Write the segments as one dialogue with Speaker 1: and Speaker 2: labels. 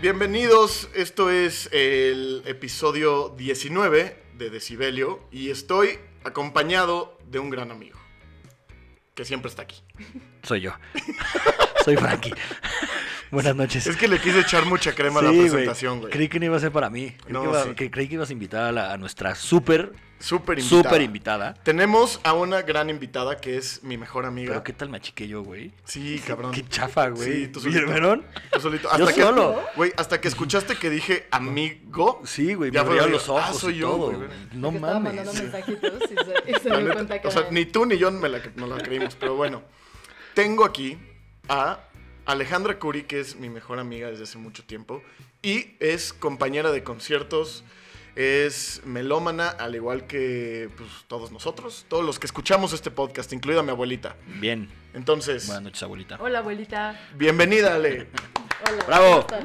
Speaker 1: bienvenidos. Esto es el episodio 19 de Decibelio y estoy acompañado de un gran amigo que siempre está aquí.
Speaker 2: Soy yo. Soy Frankie. Buenas noches.
Speaker 1: Es que le quise echar mucha crema a la
Speaker 2: Sí, güey.
Speaker 1: presentación, güey.
Speaker 2: Creí que no iba a ser para mí. Creí,
Speaker 1: No,
Speaker 2: que, iba-
Speaker 1: sí.
Speaker 2: que- creí que ibas a invitar a, la- a nuestra súper,
Speaker 1: Súper invitada.
Speaker 2: súper invitada.
Speaker 1: Tenemos a una gran invitada que es mi mejor amiga.
Speaker 2: Pero qué tal me achiqué yo, güey.
Speaker 1: Sí, cabrón.
Speaker 2: Qué chafa, güey.
Speaker 1: Sí, tú solito.
Speaker 2: ¿Vieron?
Speaker 1: Yo solito.
Speaker 2: Yo
Speaker 1: Hasta que,
Speaker 2: solo.
Speaker 1: Güey, hasta que escuchaste que dije amigo.
Speaker 2: Sí, güey. Me
Speaker 1: Ya fue,
Speaker 2: abrieron
Speaker 1: digo,
Speaker 2: los ojos
Speaker 1: ah, soy
Speaker 2: y
Speaker 1: yo,
Speaker 2: todo.
Speaker 1: güey.
Speaker 2: güey. No
Speaker 3: Porque Estaba mandando
Speaker 2: mames.
Speaker 3: mensajitos y se, y se
Speaker 1: La
Speaker 3: dio
Speaker 1: neta,
Speaker 3: cuenta que
Speaker 1: o sea,
Speaker 3: era-
Speaker 1: ni tú ni yo me la, no la creímos, pero bueno. Tengo aquí a Alejandra Curi, que es mi mejor amiga desde hace mucho tiempo y es compañera de conciertos, es melómana, al igual que pues, todos nosotros, todos los que escuchamos este podcast, incluida mi abuelita.
Speaker 2: Bien.
Speaker 1: Entonces,
Speaker 2: Buenas noches, abuelita.
Speaker 3: Hola, abuelita.
Speaker 1: bienvenida, Ale.
Speaker 3: Hola.
Speaker 2: Bravo.
Speaker 3: ¿cómo estás?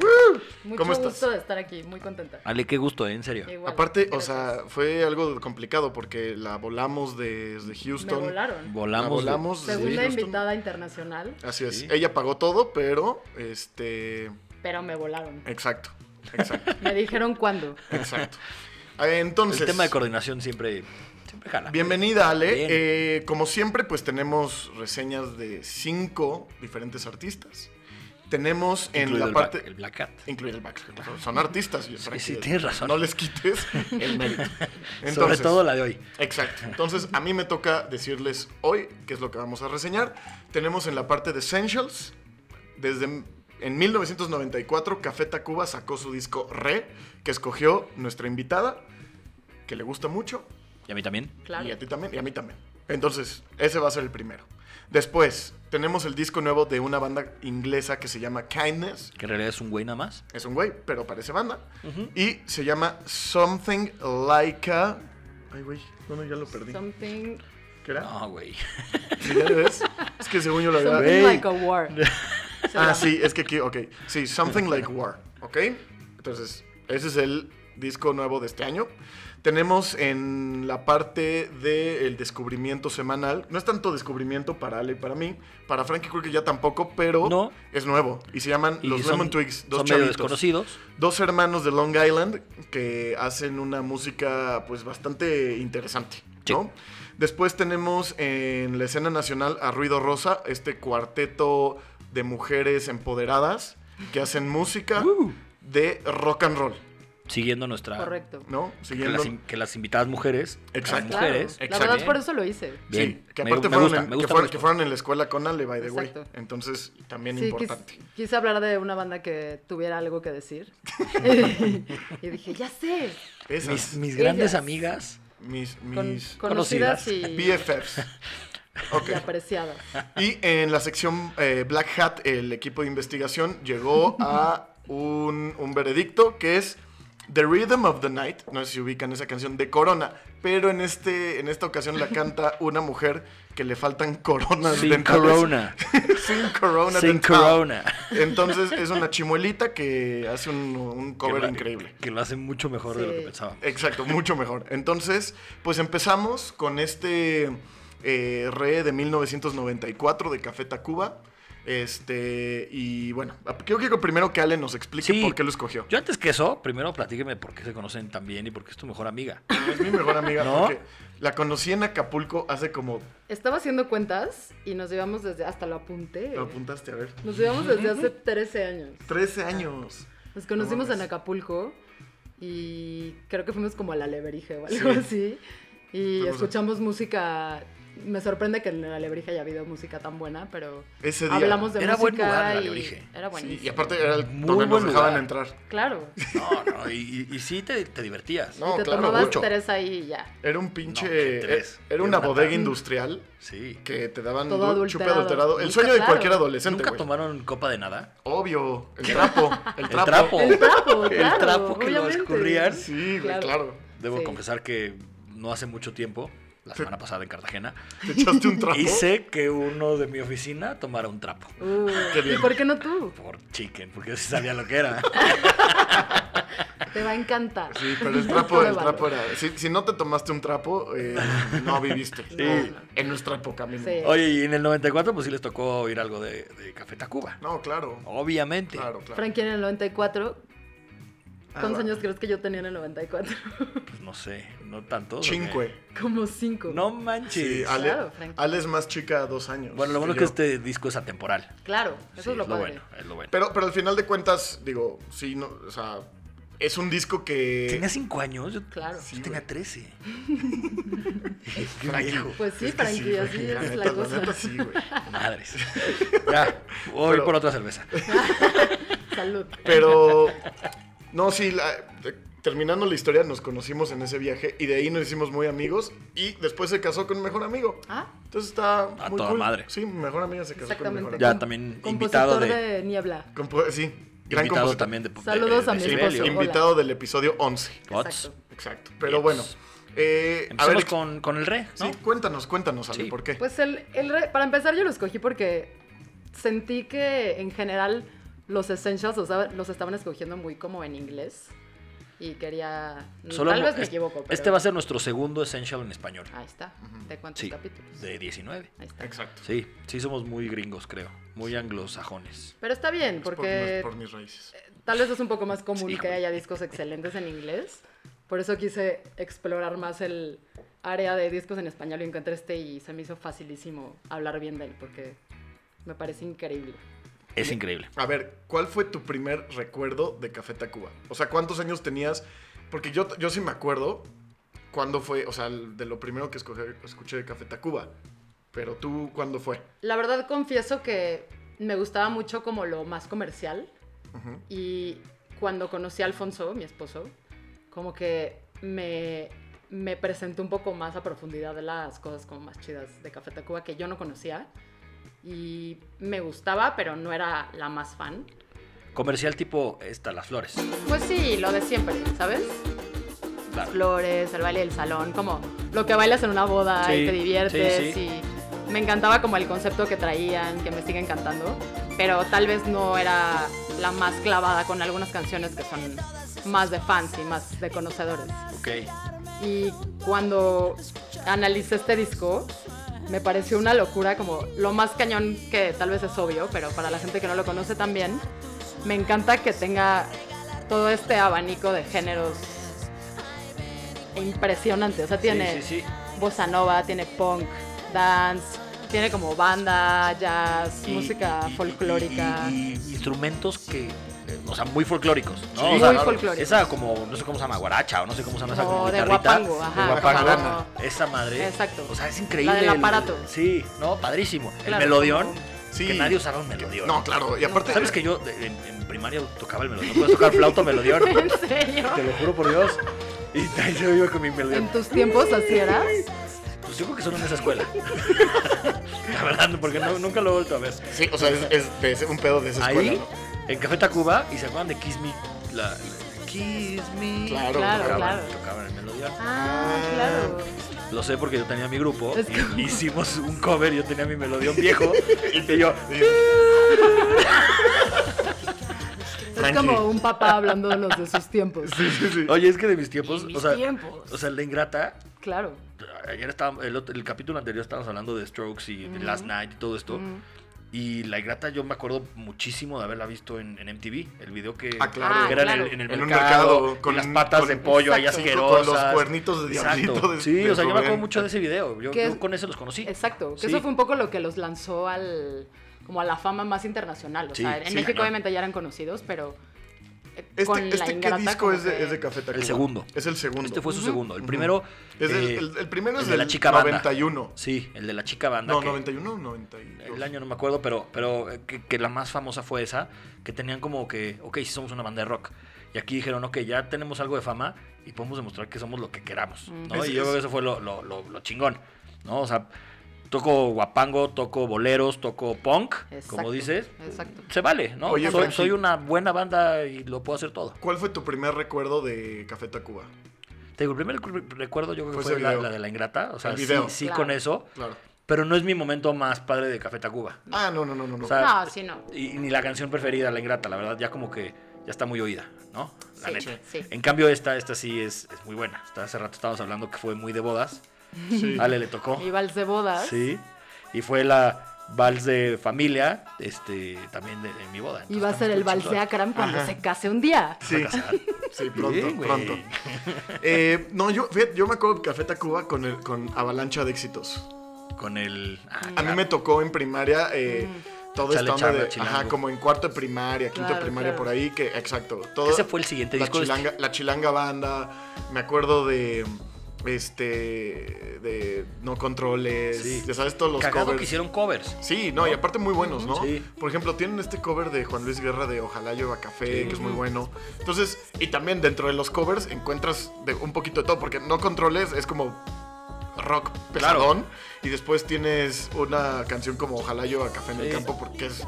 Speaker 3: Mucho
Speaker 1: ¿Cómo estás? Ah,
Speaker 3: gusto de estar aquí, muy contenta.
Speaker 2: Ale, qué gusto, ¿eh? en serio.
Speaker 3: Igual,
Speaker 1: Aparte, o
Speaker 3: gracias.
Speaker 1: sea, fue algo complicado porque la volamos desde
Speaker 3: me
Speaker 1: Houston.
Speaker 3: volaron.
Speaker 1: La
Speaker 2: Volamos. güey.
Speaker 1: volamos desde
Speaker 3: Segunda
Speaker 1: Houston.
Speaker 3: invitada internacional,
Speaker 1: Así es.
Speaker 2: Sí.
Speaker 1: Ella pagó todo, pero este
Speaker 3: pero me volaron.
Speaker 1: Exacto, exacto,
Speaker 3: Me dijeron cuándo.
Speaker 1: exacto. Eh, Entonces,
Speaker 2: El tema de coordinación siempre, siempre jala.
Speaker 1: bienvenida Ale.
Speaker 2: Bien.
Speaker 1: Eh, como siempre, pues tenemos reseñas de cinco diferentes artistas. Tenemos en
Speaker 2: Incluido
Speaker 1: la
Speaker 2: el
Speaker 1: parte...
Speaker 2: Black- el Black Cat.
Speaker 1: Incluir el back. Son artistas. yo-
Speaker 2: Sí,
Speaker 1: para
Speaker 2: sí,
Speaker 1: que
Speaker 2: tienes razón.
Speaker 1: No les quites el mérito.
Speaker 2: Sobre
Speaker 1: Entonces,
Speaker 2: todo la de hoy.
Speaker 1: Exacto. Entonces, a mí me toca decirles hoy qué es lo que vamos a reseñar. Tenemos en la parte de Essentials, desde m- en 1994, Café Tacuba sacó su disco Re, que escogió nuestra invitada, que le gusta mucho,
Speaker 2: Y a mí también.
Speaker 3: Claro.
Speaker 1: y a ti también, y a mí también. Entonces, ese va a ser el primero. Después, tenemos el disco nuevo de una banda inglesa que se llama Kindness.
Speaker 2: Que en realidad es un güey nada más.
Speaker 1: Es un güey, pero parece banda. Y se llama Something Like a... Ay, güey. No, no, ya lo perdí.
Speaker 3: Something,
Speaker 1: ¿Qué era?
Speaker 2: No, güey.
Speaker 1: Sí, ya ves. Es que según yo la
Speaker 3: something
Speaker 1: verdad.
Speaker 3: like a war. Se
Speaker 1: Ah,
Speaker 3: llama.
Speaker 1: sí, es que aquí, ok. Sí, Something Like War, ¿ok? Entonces, ese es el disco nuevo de este año. Tenemos en la parte del descubrimiento semanal. No es tanto descubrimiento para Ale y para mí. Para Frankie creo que ya tampoco, pero
Speaker 2: No.
Speaker 1: es nuevo. Y se llaman
Speaker 2: Y
Speaker 1: Los
Speaker 2: son-
Speaker 1: Lemon Twigs, dos
Speaker 2: son medio
Speaker 1: chavitos.
Speaker 2: desconocidos.
Speaker 1: Dos hermanos de Long Island que hacen una música pues bastante interesante,
Speaker 2: Sí.
Speaker 1: ¿no? Después tenemos en la escena nacional a Ruido Rosa, este cuarteto de mujeres empoderadas que hacen música
Speaker 2: Uh.
Speaker 1: de rock and roll,
Speaker 2: Siguiendo nuestra.
Speaker 3: Correcto.
Speaker 1: ¿no?
Speaker 2: Que
Speaker 1: Siguiendo
Speaker 2: las, in- que las invitadas mujeres.
Speaker 1: Exacto.
Speaker 2: las mujeres.
Speaker 3: Claro. La
Speaker 1: Exacto.
Speaker 3: verdad, por eso lo hice.
Speaker 2: Bien.
Speaker 1: Sí, que
Speaker 2: Me-
Speaker 1: aparte
Speaker 2: me
Speaker 1: fueron,
Speaker 2: gusta,
Speaker 1: en,
Speaker 2: me
Speaker 1: que
Speaker 2: gusta
Speaker 1: fueron-
Speaker 2: mucho.
Speaker 1: que fueron en la escuela con Ale, by the way.
Speaker 3: Exacto.
Speaker 1: Entonces, también
Speaker 3: Sí, quis-
Speaker 1: importante.
Speaker 3: quise, hablar de una banda que tuviera algo que decir. y dije, ya sé.
Speaker 1: Esas,
Speaker 2: Mis, mis
Speaker 3: Ellas.
Speaker 2: grandes amigas.
Speaker 1: mis,
Speaker 3: Con-
Speaker 1: mis
Speaker 3: conocidas,
Speaker 2: conocidas.
Speaker 3: y,
Speaker 1: BFFs. Ok.
Speaker 3: y apreciadas.
Speaker 1: Y en la sección eh, Black Hat, el equipo de investigación llegó a un, un veredicto que es The Rhythm of the Night. No sé si ubican esa canción de Corona, pero en, este, en esta ocasión la canta una mujer que le faltan coronas
Speaker 2: Sin
Speaker 1: dentales.
Speaker 2: corona.
Speaker 1: Sin corona.
Speaker 2: Sin
Speaker 1: dental.
Speaker 2: corona.
Speaker 1: Entonces es una chimuelita que hace un, un cover
Speaker 2: Que lo-
Speaker 1: increíble.
Speaker 2: Que lo hacen mucho mejor de lo que
Speaker 3: Sí.
Speaker 2: pensaba.
Speaker 1: Exacto, mucho mejor. Entonces, pues empezamos con este eh, re de 1994 de Café Tacuba. Este, y bueno, yo quiero primero que Ale nos explique
Speaker 2: Sí.
Speaker 1: por qué lo escogió.
Speaker 2: Yo antes que eso, primero platíqueme por qué se conocen tan bien y por qué es tu mejor amiga.
Speaker 1: Es mi mejor amiga
Speaker 2: ¿No?
Speaker 1: porque la conocí en Acapulco hace como.
Speaker 3: Estaba haciendo cuentas y nos llevamos desde. Hasta lo apunté.
Speaker 1: Lo apuntaste, a ver.
Speaker 3: Nos llevamos desde hace 13 años.
Speaker 1: 13 años.
Speaker 3: Nos conocimos
Speaker 1: No mames.
Speaker 3: en Acapulco y creo que fuimos como a la lebrige o
Speaker 1: Sí.
Speaker 3: algo así. Y
Speaker 1: Fuimos a-
Speaker 3: escuchamos música. Me sorprende que en la lebrige haya habido música tan buena, pero
Speaker 1: Ese día.
Speaker 3: hablamos de
Speaker 2: Era buen
Speaker 3: música
Speaker 2: lugar la
Speaker 3: y
Speaker 2: Lebrige.
Speaker 3: era
Speaker 1: Sí,
Speaker 3: buenísimo.
Speaker 1: y aparte era el
Speaker 2: Muy
Speaker 1: donde nos
Speaker 2: buen
Speaker 1: dejaban
Speaker 2: lugar.
Speaker 1: entrar.
Speaker 3: Claro.
Speaker 2: No, no, y, y- y sí te, te divertías.
Speaker 1: No,
Speaker 3: y te
Speaker 1: claro,
Speaker 3: tomabas
Speaker 1: mucho.
Speaker 3: tres ahí y ya.
Speaker 1: Era un pinche.
Speaker 2: No, qué tres.
Speaker 1: Era
Speaker 2: Era
Speaker 1: una
Speaker 2: una
Speaker 1: bodega
Speaker 2: tarde.
Speaker 1: industrial
Speaker 2: Sí.
Speaker 1: que te daban du-
Speaker 3: Todo adulterado.
Speaker 1: chupe adulterado. El
Speaker 3: Nunca,
Speaker 1: sueño de
Speaker 3: claro.
Speaker 1: cualquier adolescente.
Speaker 2: ¿Nunca
Speaker 1: güey.
Speaker 2: tomaron copa de nada?
Speaker 1: Obvio, el trapo, el trapo.
Speaker 3: El trapo,
Speaker 2: El
Speaker 3: claro,
Speaker 2: trapo que lo
Speaker 3: obviamente.
Speaker 2: escurrían.
Speaker 1: Sí, güey, claro.
Speaker 3: Claro.
Speaker 2: Debo
Speaker 3: Sí.
Speaker 2: confesar que no hace mucho tiempo, la semana pasada en Cartagena,
Speaker 1: Te echaste un trapo.
Speaker 2: hice que uno de mi oficina tomara un trapo.
Speaker 3: Uh,
Speaker 1: Qué bien.
Speaker 3: ¿Y por qué no tú?
Speaker 2: Por chicken, porque yo sí sabía lo que era.
Speaker 3: Te va a encantar.
Speaker 1: Sí, pero el trapo, el
Speaker 3: Pruébalo.
Speaker 1: trapo era. Si, si no te tomaste un trapo, eh, no viviste.
Speaker 2: Sí.
Speaker 1: No, En nuestra época mismo.
Speaker 3: Sí.
Speaker 2: Oye, y en el 94 pues sí les tocó oír algo de, de Café Tacuba.
Speaker 1: No, claro.
Speaker 2: Oh, Obviamente.
Speaker 1: Claro, claro.
Speaker 3: Frankie en el 94
Speaker 1: Ah,
Speaker 3: ¿Cuántos
Speaker 1: va.
Speaker 3: años crees que yo tenía en el 94?
Speaker 2: Pues no sé, no tanto.
Speaker 1: Cinque.
Speaker 3: Como cinco.
Speaker 2: No manches.
Speaker 1: Sí, Ale,
Speaker 3: Claro, Frankie.
Speaker 1: Ale es más chica dos años.
Speaker 2: Bueno, lo bueno es
Speaker 1: yo.
Speaker 2: que este disco es atemporal.
Speaker 3: Claro, eso
Speaker 2: Sí,
Speaker 3: es lo padre.
Speaker 2: bueno, es lo bueno.
Speaker 1: Pero, pero al final de cuentas, digo, sí, no, o sea, es un disco que...
Speaker 2: Tenía 5 años, yo,
Speaker 3: Claro.
Speaker 2: yo
Speaker 1: eh, Sí,
Speaker 2: tenía
Speaker 1: güey.
Speaker 2: 13. Qué
Speaker 1: Frankie.
Speaker 2: viejo.
Speaker 3: Pues sí,
Speaker 1: Es que
Speaker 3: Frankie, así
Speaker 1: Frankie,
Speaker 3: es la
Speaker 1: neta,
Speaker 3: cosa.
Speaker 1: neta, sí, güey.
Speaker 2: Madres. Ya, voy
Speaker 1: Pero-
Speaker 2: por otra cerveza.
Speaker 3: Salud.
Speaker 1: Pero, no, sí, la- te- terminando la historia, nos conocimos en ese viaje y de ahí nos hicimos muy amigos y después se casó con mi mejor amigo.
Speaker 3: Ah,
Speaker 1: Entonces está
Speaker 2: A
Speaker 1: muy
Speaker 2: toda
Speaker 1: cool.
Speaker 2: madre.
Speaker 1: Sí, mi mejor amiga se casó con mi mejor
Speaker 3: exactamente.
Speaker 1: amigo.
Speaker 2: Ya,
Speaker 3: Com-
Speaker 2: también
Speaker 3: compositor
Speaker 2: invitado de-
Speaker 3: Niebla.
Speaker 1: Compo- sí, gran
Speaker 2: invitado
Speaker 1: compositor.
Speaker 2: también de de-
Speaker 3: Saludos a
Speaker 2: de
Speaker 3: mi
Speaker 1: Sí,
Speaker 3: esposo.
Speaker 2: Sibelio.
Speaker 3: Hola.
Speaker 1: invitado del episodio 11.
Speaker 2: Pots.
Speaker 3: Exacto.
Speaker 1: Exacto. Pero
Speaker 2: Yes.
Speaker 1: bueno, eh, a
Speaker 2: Empecemos
Speaker 1: ver,
Speaker 2: con, con el re, ¿no?
Speaker 1: sí, cuéntanos, cuéntanos, Ale,
Speaker 2: Sí.
Speaker 1: ¿por qué?
Speaker 3: Pues el, el re- para empezar yo lo escogí porque sentí que en general los essentials los, daba- los estaban escogiendo muy como en inglés y quería mm,
Speaker 2: Solo
Speaker 3: tal vez me
Speaker 2: es-
Speaker 3: equivoco, pero
Speaker 2: Este va a ser nuestro segundo Essential en español.
Speaker 3: ahí está. ¿De cuántos
Speaker 2: Sí,
Speaker 3: capítulos?
Speaker 2: de 19.
Speaker 3: Ahí está.
Speaker 1: Exacto.
Speaker 2: Sí, sí somos muy gringos, creo. Muy anglosajones.
Speaker 3: Pero está bien
Speaker 1: Es por
Speaker 3: porque
Speaker 1: mis- por mis raíces.
Speaker 3: tal vez es un poco más común
Speaker 2: Sí,
Speaker 3: que
Speaker 2: güey.
Speaker 3: haya discos excelentes en inglés. Por eso quise explorar más el área de discos en español y encontré este y se me hizo facilísimo hablar bien de él porque me parece increíble.
Speaker 2: Es increíble.
Speaker 1: A ver, ¿cuál fue tu primer recuerdo de Café Tacuba? O sea, ¿cuántos años tenías? Porque yo, yo sí me acuerdo cuándo fue, o sea, el- de lo primero que escoge- escuché de Café Tacuba. Pero tú, ¿cuándo fue?
Speaker 3: La verdad confieso que me gustaba mucho como lo más comercial
Speaker 1: Ujú.
Speaker 3: y cuando conocí a Alfonso, mi esposo, como que me, me presentó un poco más a profundidad de las cosas como más chidas de Café Tacuba que yo no conocía y me gustaba, pero no era la más fan.
Speaker 2: Comercial tipo esta, las flores.
Speaker 3: Pues sí, lo de siempre, ¿sabes? Las
Speaker 2: Claro.
Speaker 3: flores, el baile del salón, como lo que bailas en una boda
Speaker 2: Sí,
Speaker 3: y te diviertes
Speaker 2: sí, sí.
Speaker 3: y me encantaba como el concepto que traían, que me sigue encantando, pero tal vez no era la más clavada con algunas canciones que son más de fans y más de conocedores.
Speaker 2: Ok.
Speaker 3: Y cuando analicé este disco, me pareció una locura, como lo más cañón que tal vez es obvio, pero para la gente que no lo conoce también, me encanta que tenga todo este abanico de géneros impresionante. O sea, tiene
Speaker 2: Sí, sí, sí.
Speaker 3: bossa nova, tiene punk, dance, tiene como banda, jazz,
Speaker 2: Y-
Speaker 3: música
Speaker 2: y- y-
Speaker 3: folclórica.
Speaker 2: Y, y- y instrumentos que, eh, o sea, muy folclóricos, ¿no?
Speaker 1: Sí,
Speaker 2: O
Speaker 1: muy
Speaker 2: sea,
Speaker 3: folclóricos.
Speaker 2: Esa como, no sé cómo se llama, guaracha, o no sé cómo se llama esa
Speaker 3: Como
Speaker 2: como
Speaker 3: de
Speaker 2: guitarrita.
Speaker 3: guapango, ajá,
Speaker 2: De guapango.
Speaker 1: como-
Speaker 2: Esa madre.
Speaker 3: Exacto.
Speaker 2: O sea, es increíble.
Speaker 3: La del
Speaker 2: el-
Speaker 3: aparato.
Speaker 2: sí, no, padrísimo.
Speaker 3: Claro,
Speaker 2: el melodión,
Speaker 3: como-
Speaker 1: Sí.
Speaker 2: que nadie usaba un melodión.
Speaker 1: No, claro, y aparte.
Speaker 2: ¿Sabes que yo de- en, en primaria tocaba el melodión? ¿Puedes tocar flauta o melodión?
Speaker 3: ¿En serio?
Speaker 2: Te lo juro por Dios. Y ahí yo iba con mi melodión.
Speaker 3: ¿En tus tiempos así eras?
Speaker 2: Pues yo creo que son en esa escuela. La verdad, porque no- nunca lo he vuelto a ver.
Speaker 1: Sí, o sea, es, es de ese- un pedo de esa escuela.
Speaker 2: Ahí,
Speaker 1: ¿no?
Speaker 2: en Café Tacuba, y se acuerdan de Kiss Me. La, la- Kiss Me.
Speaker 1: Claro,
Speaker 3: Claro,
Speaker 2: tocaban,
Speaker 3: claro.
Speaker 2: tocaban el melodión.
Speaker 3: Ah, claro.
Speaker 2: Lo sé porque yo tenía mi grupo.
Speaker 3: Es
Speaker 2: y
Speaker 3: como-
Speaker 2: Hicimos un cover, yo tenía mi melodión viejo. y yo,
Speaker 3: Es
Speaker 2: Ah,
Speaker 1: Frankie.
Speaker 3: como un papá hablando de los de sus tiempos.
Speaker 2: oye, es que de mis tiempos.
Speaker 3: Y mis
Speaker 2: Pues, o sea,
Speaker 3: tiempos.
Speaker 2: O sea, la ingrata.
Speaker 3: Claro.
Speaker 2: Ayer estábamos, el, otro- el capítulo anterior estábamos hablando de Strokes y de Last Night y todo esto. Y La Ingrata yo me acuerdo muchísimo de haberla visto en, en MTV, el video que,
Speaker 1: Ah, claro.
Speaker 2: que era en
Speaker 3: Ah,
Speaker 2: el-
Speaker 3: claro.
Speaker 2: en el
Speaker 1: En un
Speaker 2: mercado,
Speaker 1: mercado,
Speaker 2: con
Speaker 1: con-
Speaker 2: las patas
Speaker 1: con-
Speaker 2: de pollo ahí
Speaker 3: Exacto.
Speaker 2: asquerosas.
Speaker 1: Con los cuernitos de
Speaker 2: Exacto.
Speaker 1: diablito de-
Speaker 2: Sí,
Speaker 1: de
Speaker 2: o sea, yo me acuerdo
Speaker 1: Rubén.
Speaker 2: mucho de ese video, yo,
Speaker 3: Que
Speaker 2: yo
Speaker 3: es-
Speaker 2: con ese los conocí. Este
Speaker 3: Exacto. Que
Speaker 2: Sí.
Speaker 3: eso fue un poco lo que los lanzó al como a la fama más internacional. O
Speaker 2: Sí,
Speaker 3: sea, en
Speaker 2: sí,
Speaker 3: México
Speaker 2: cañón.
Speaker 3: obviamente ya eran conocidos, pero eh, con
Speaker 1: Este,
Speaker 3: la
Speaker 1: este ¿qué
Speaker 3: Ingrata
Speaker 1: disco
Speaker 3: como
Speaker 1: es de,
Speaker 3: que-
Speaker 1: es de Café Tacuba?
Speaker 2: segundo.
Speaker 1: Es el segundo.
Speaker 2: Este fue su
Speaker 3: Ujú.
Speaker 2: segundo, el primero...
Speaker 1: Es del-
Speaker 2: eh,
Speaker 1: el, el primero
Speaker 2: el
Speaker 1: es
Speaker 2: de la
Speaker 1: del
Speaker 2: chica banda.
Speaker 1: 91.
Speaker 2: Sí, el de la chica banda.
Speaker 1: No,
Speaker 2: que-
Speaker 1: 91 o 92.
Speaker 2: El año no me acuerdo, pero, pero eh, que, que la más famosa fue esa, que tenían como que, ok, sí somos una banda de rock. Y aquí dijeron, ok, ya tenemos algo de fama y podemos demostrar que somos lo que queramos.
Speaker 3: Mm.
Speaker 2: ¿no?
Speaker 1: Es-
Speaker 2: y
Speaker 1: Pues es-
Speaker 2: yo creo que eso fue lo, lo- lo- lo chingón. ¿no? O sea, toco guapango, toco boleros, toco punk,
Speaker 3: Exacto,
Speaker 2: como dices. pues,
Speaker 3: exacto.
Speaker 2: Se vale, ¿no?
Speaker 1: Oye,
Speaker 2: soy,
Speaker 1: Frankie.
Speaker 2: soy una buena banda y lo puedo hacer todo.
Speaker 1: ¿Cuál fue tu primer recuerdo de Café Tacuba?
Speaker 2: Te digo, el primer cru- recuerdo yo creo
Speaker 1: Fue
Speaker 2: que fue,
Speaker 1: ese
Speaker 2: la,
Speaker 1: video.
Speaker 2: la de la ingrata. O sea,
Speaker 1: El
Speaker 2: sí,
Speaker 1: video.
Speaker 2: sí
Speaker 3: Claro.
Speaker 2: con eso.
Speaker 1: Claro.
Speaker 2: Pero no es mi momento más padre de Café Tacuba.
Speaker 1: Ah, no, no, no, no. no.
Speaker 2: O sea,
Speaker 3: No, sí, no.
Speaker 2: y, y ni la canción preferida, La Ingrata, la verdad, ya como que ya está muy oída, ¿no? La
Speaker 3: Sí,
Speaker 2: neta.
Speaker 3: sí.
Speaker 2: En cambio, esta, esta sí es, es muy buena. Hasta hace rato estábamos hablando que fue muy de bodas.
Speaker 1: Sí.
Speaker 2: Ale le tocó.
Speaker 3: Y Vals de bodas.
Speaker 2: Sí. Y fue la vals de familia, este, también de, en mi boda.
Speaker 3: Y va a
Speaker 2: Entonces,
Speaker 3: ser el
Speaker 2: está muy
Speaker 3: balsea
Speaker 2: chingón.
Speaker 3: Akram cuando
Speaker 1: Ajá.
Speaker 3: se case un día.
Speaker 1: Sí,
Speaker 2: Va a casar.
Speaker 1: sí, pronto,
Speaker 2: Bien, güey.
Speaker 1: pronto. Eh, no, yo, fíjate, yo me acuerdo de Café Tacuba con, el, con Avalancha de Éxitos.
Speaker 2: Con el. ah,
Speaker 3: Mm.
Speaker 1: A mí me tocó en primaria eh, todo
Speaker 2: Chale,
Speaker 1: esto
Speaker 2: charla,
Speaker 1: de,
Speaker 2: chilango.
Speaker 1: ajá, como en cuarto de primaria, quinto de
Speaker 3: Claro,
Speaker 1: primaria
Speaker 3: claro.
Speaker 1: por ahí, que exacto. Todo,
Speaker 2: Ese fue el siguiente
Speaker 1: la
Speaker 2: disco. de este.
Speaker 1: chilanga, la chilanga banda, me acuerdo de este de No Controles,
Speaker 2: Sí.
Speaker 1: ya sabes todos los
Speaker 2: Cagado que
Speaker 1: covers.
Speaker 2: hicieron covers.
Speaker 1: Sí, no, y aparte muy buenos, ¿no?
Speaker 2: Sí.
Speaker 1: Por ejemplo, tienen este cover de Juan Luis Guerra de Ojalá Lleva Café,
Speaker 2: Sí.
Speaker 1: que es muy bueno. Entonces, y también dentro de los covers encuentras de un poquito de todo, porque No Controles es como rock pesadón, y después tienes una canción como Ojalá Lleva Café en el
Speaker 2: Sí.
Speaker 1: campo, porque es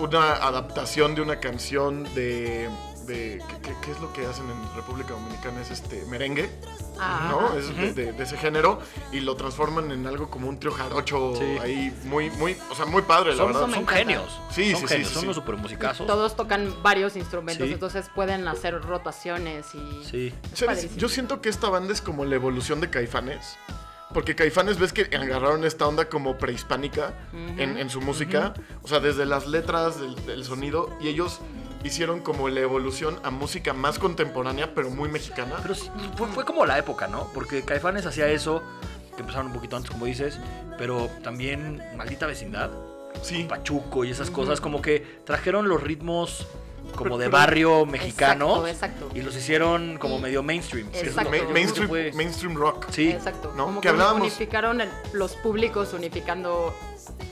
Speaker 1: una adaptación de una canción de... de- ¿qué- qué, qué es lo que hacen en República Dominicana? Es este merengue.
Speaker 3: Ah.
Speaker 1: ¿no? Es de, de- de ese género y lo transforman en algo como un trío jarocho
Speaker 2: Sí.
Speaker 1: ahí muy, muy, o sea, muy padre, la
Speaker 2: Son,
Speaker 1: verdad.
Speaker 2: son
Speaker 3: me encanta.
Speaker 2: genios.
Speaker 1: Sí,
Speaker 2: son
Speaker 1: sí, sí,
Speaker 2: genios.
Speaker 1: sí,
Speaker 2: son
Speaker 1: sí.
Speaker 2: unos super musicazos.
Speaker 3: Todos tocan varios instrumentos,
Speaker 2: Sí.
Speaker 3: entonces pueden hacer rotaciones y...
Speaker 2: Sí.
Speaker 3: es
Speaker 1: ¿Sabes?
Speaker 3: padrísimo.
Speaker 1: Yo siento que esta banda es como la evolución de Caifanes. Porque Caifanes ves que agarraron esta onda como prehispánica
Speaker 3: Ujú.
Speaker 1: en, en su música. O sea, desde las letras, del, del sonido. Y ellos hicieron como la evolución a música más contemporánea, pero muy mexicana.
Speaker 2: Pero sí, fue, fue como la época, ¿no? Porque Caifanes hacía eso, que empezaron un poquito antes, como dices, pero también Maldita Vecindad,
Speaker 1: sí.
Speaker 2: Pachuco y esas cosas, como que trajeron los ritmos como de
Speaker 1: Pero-
Speaker 2: barrio mexicano
Speaker 3: Exacto, exacto.
Speaker 2: y los hicieron como
Speaker 3: Y-
Speaker 2: medio mainstream.
Speaker 1: es
Speaker 3: Exacto.
Speaker 1: ma-
Speaker 2: Eso
Speaker 1: mainstream,
Speaker 2: fue-
Speaker 1: mainstream rock.
Speaker 2: Sí,
Speaker 3: Exacto.
Speaker 1: ¿no?
Speaker 3: Como
Speaker 1: Que
Speaker 3: que,
Speaker 1: hablábamos-
Speaker 3: unificaron el- los públicos, unificando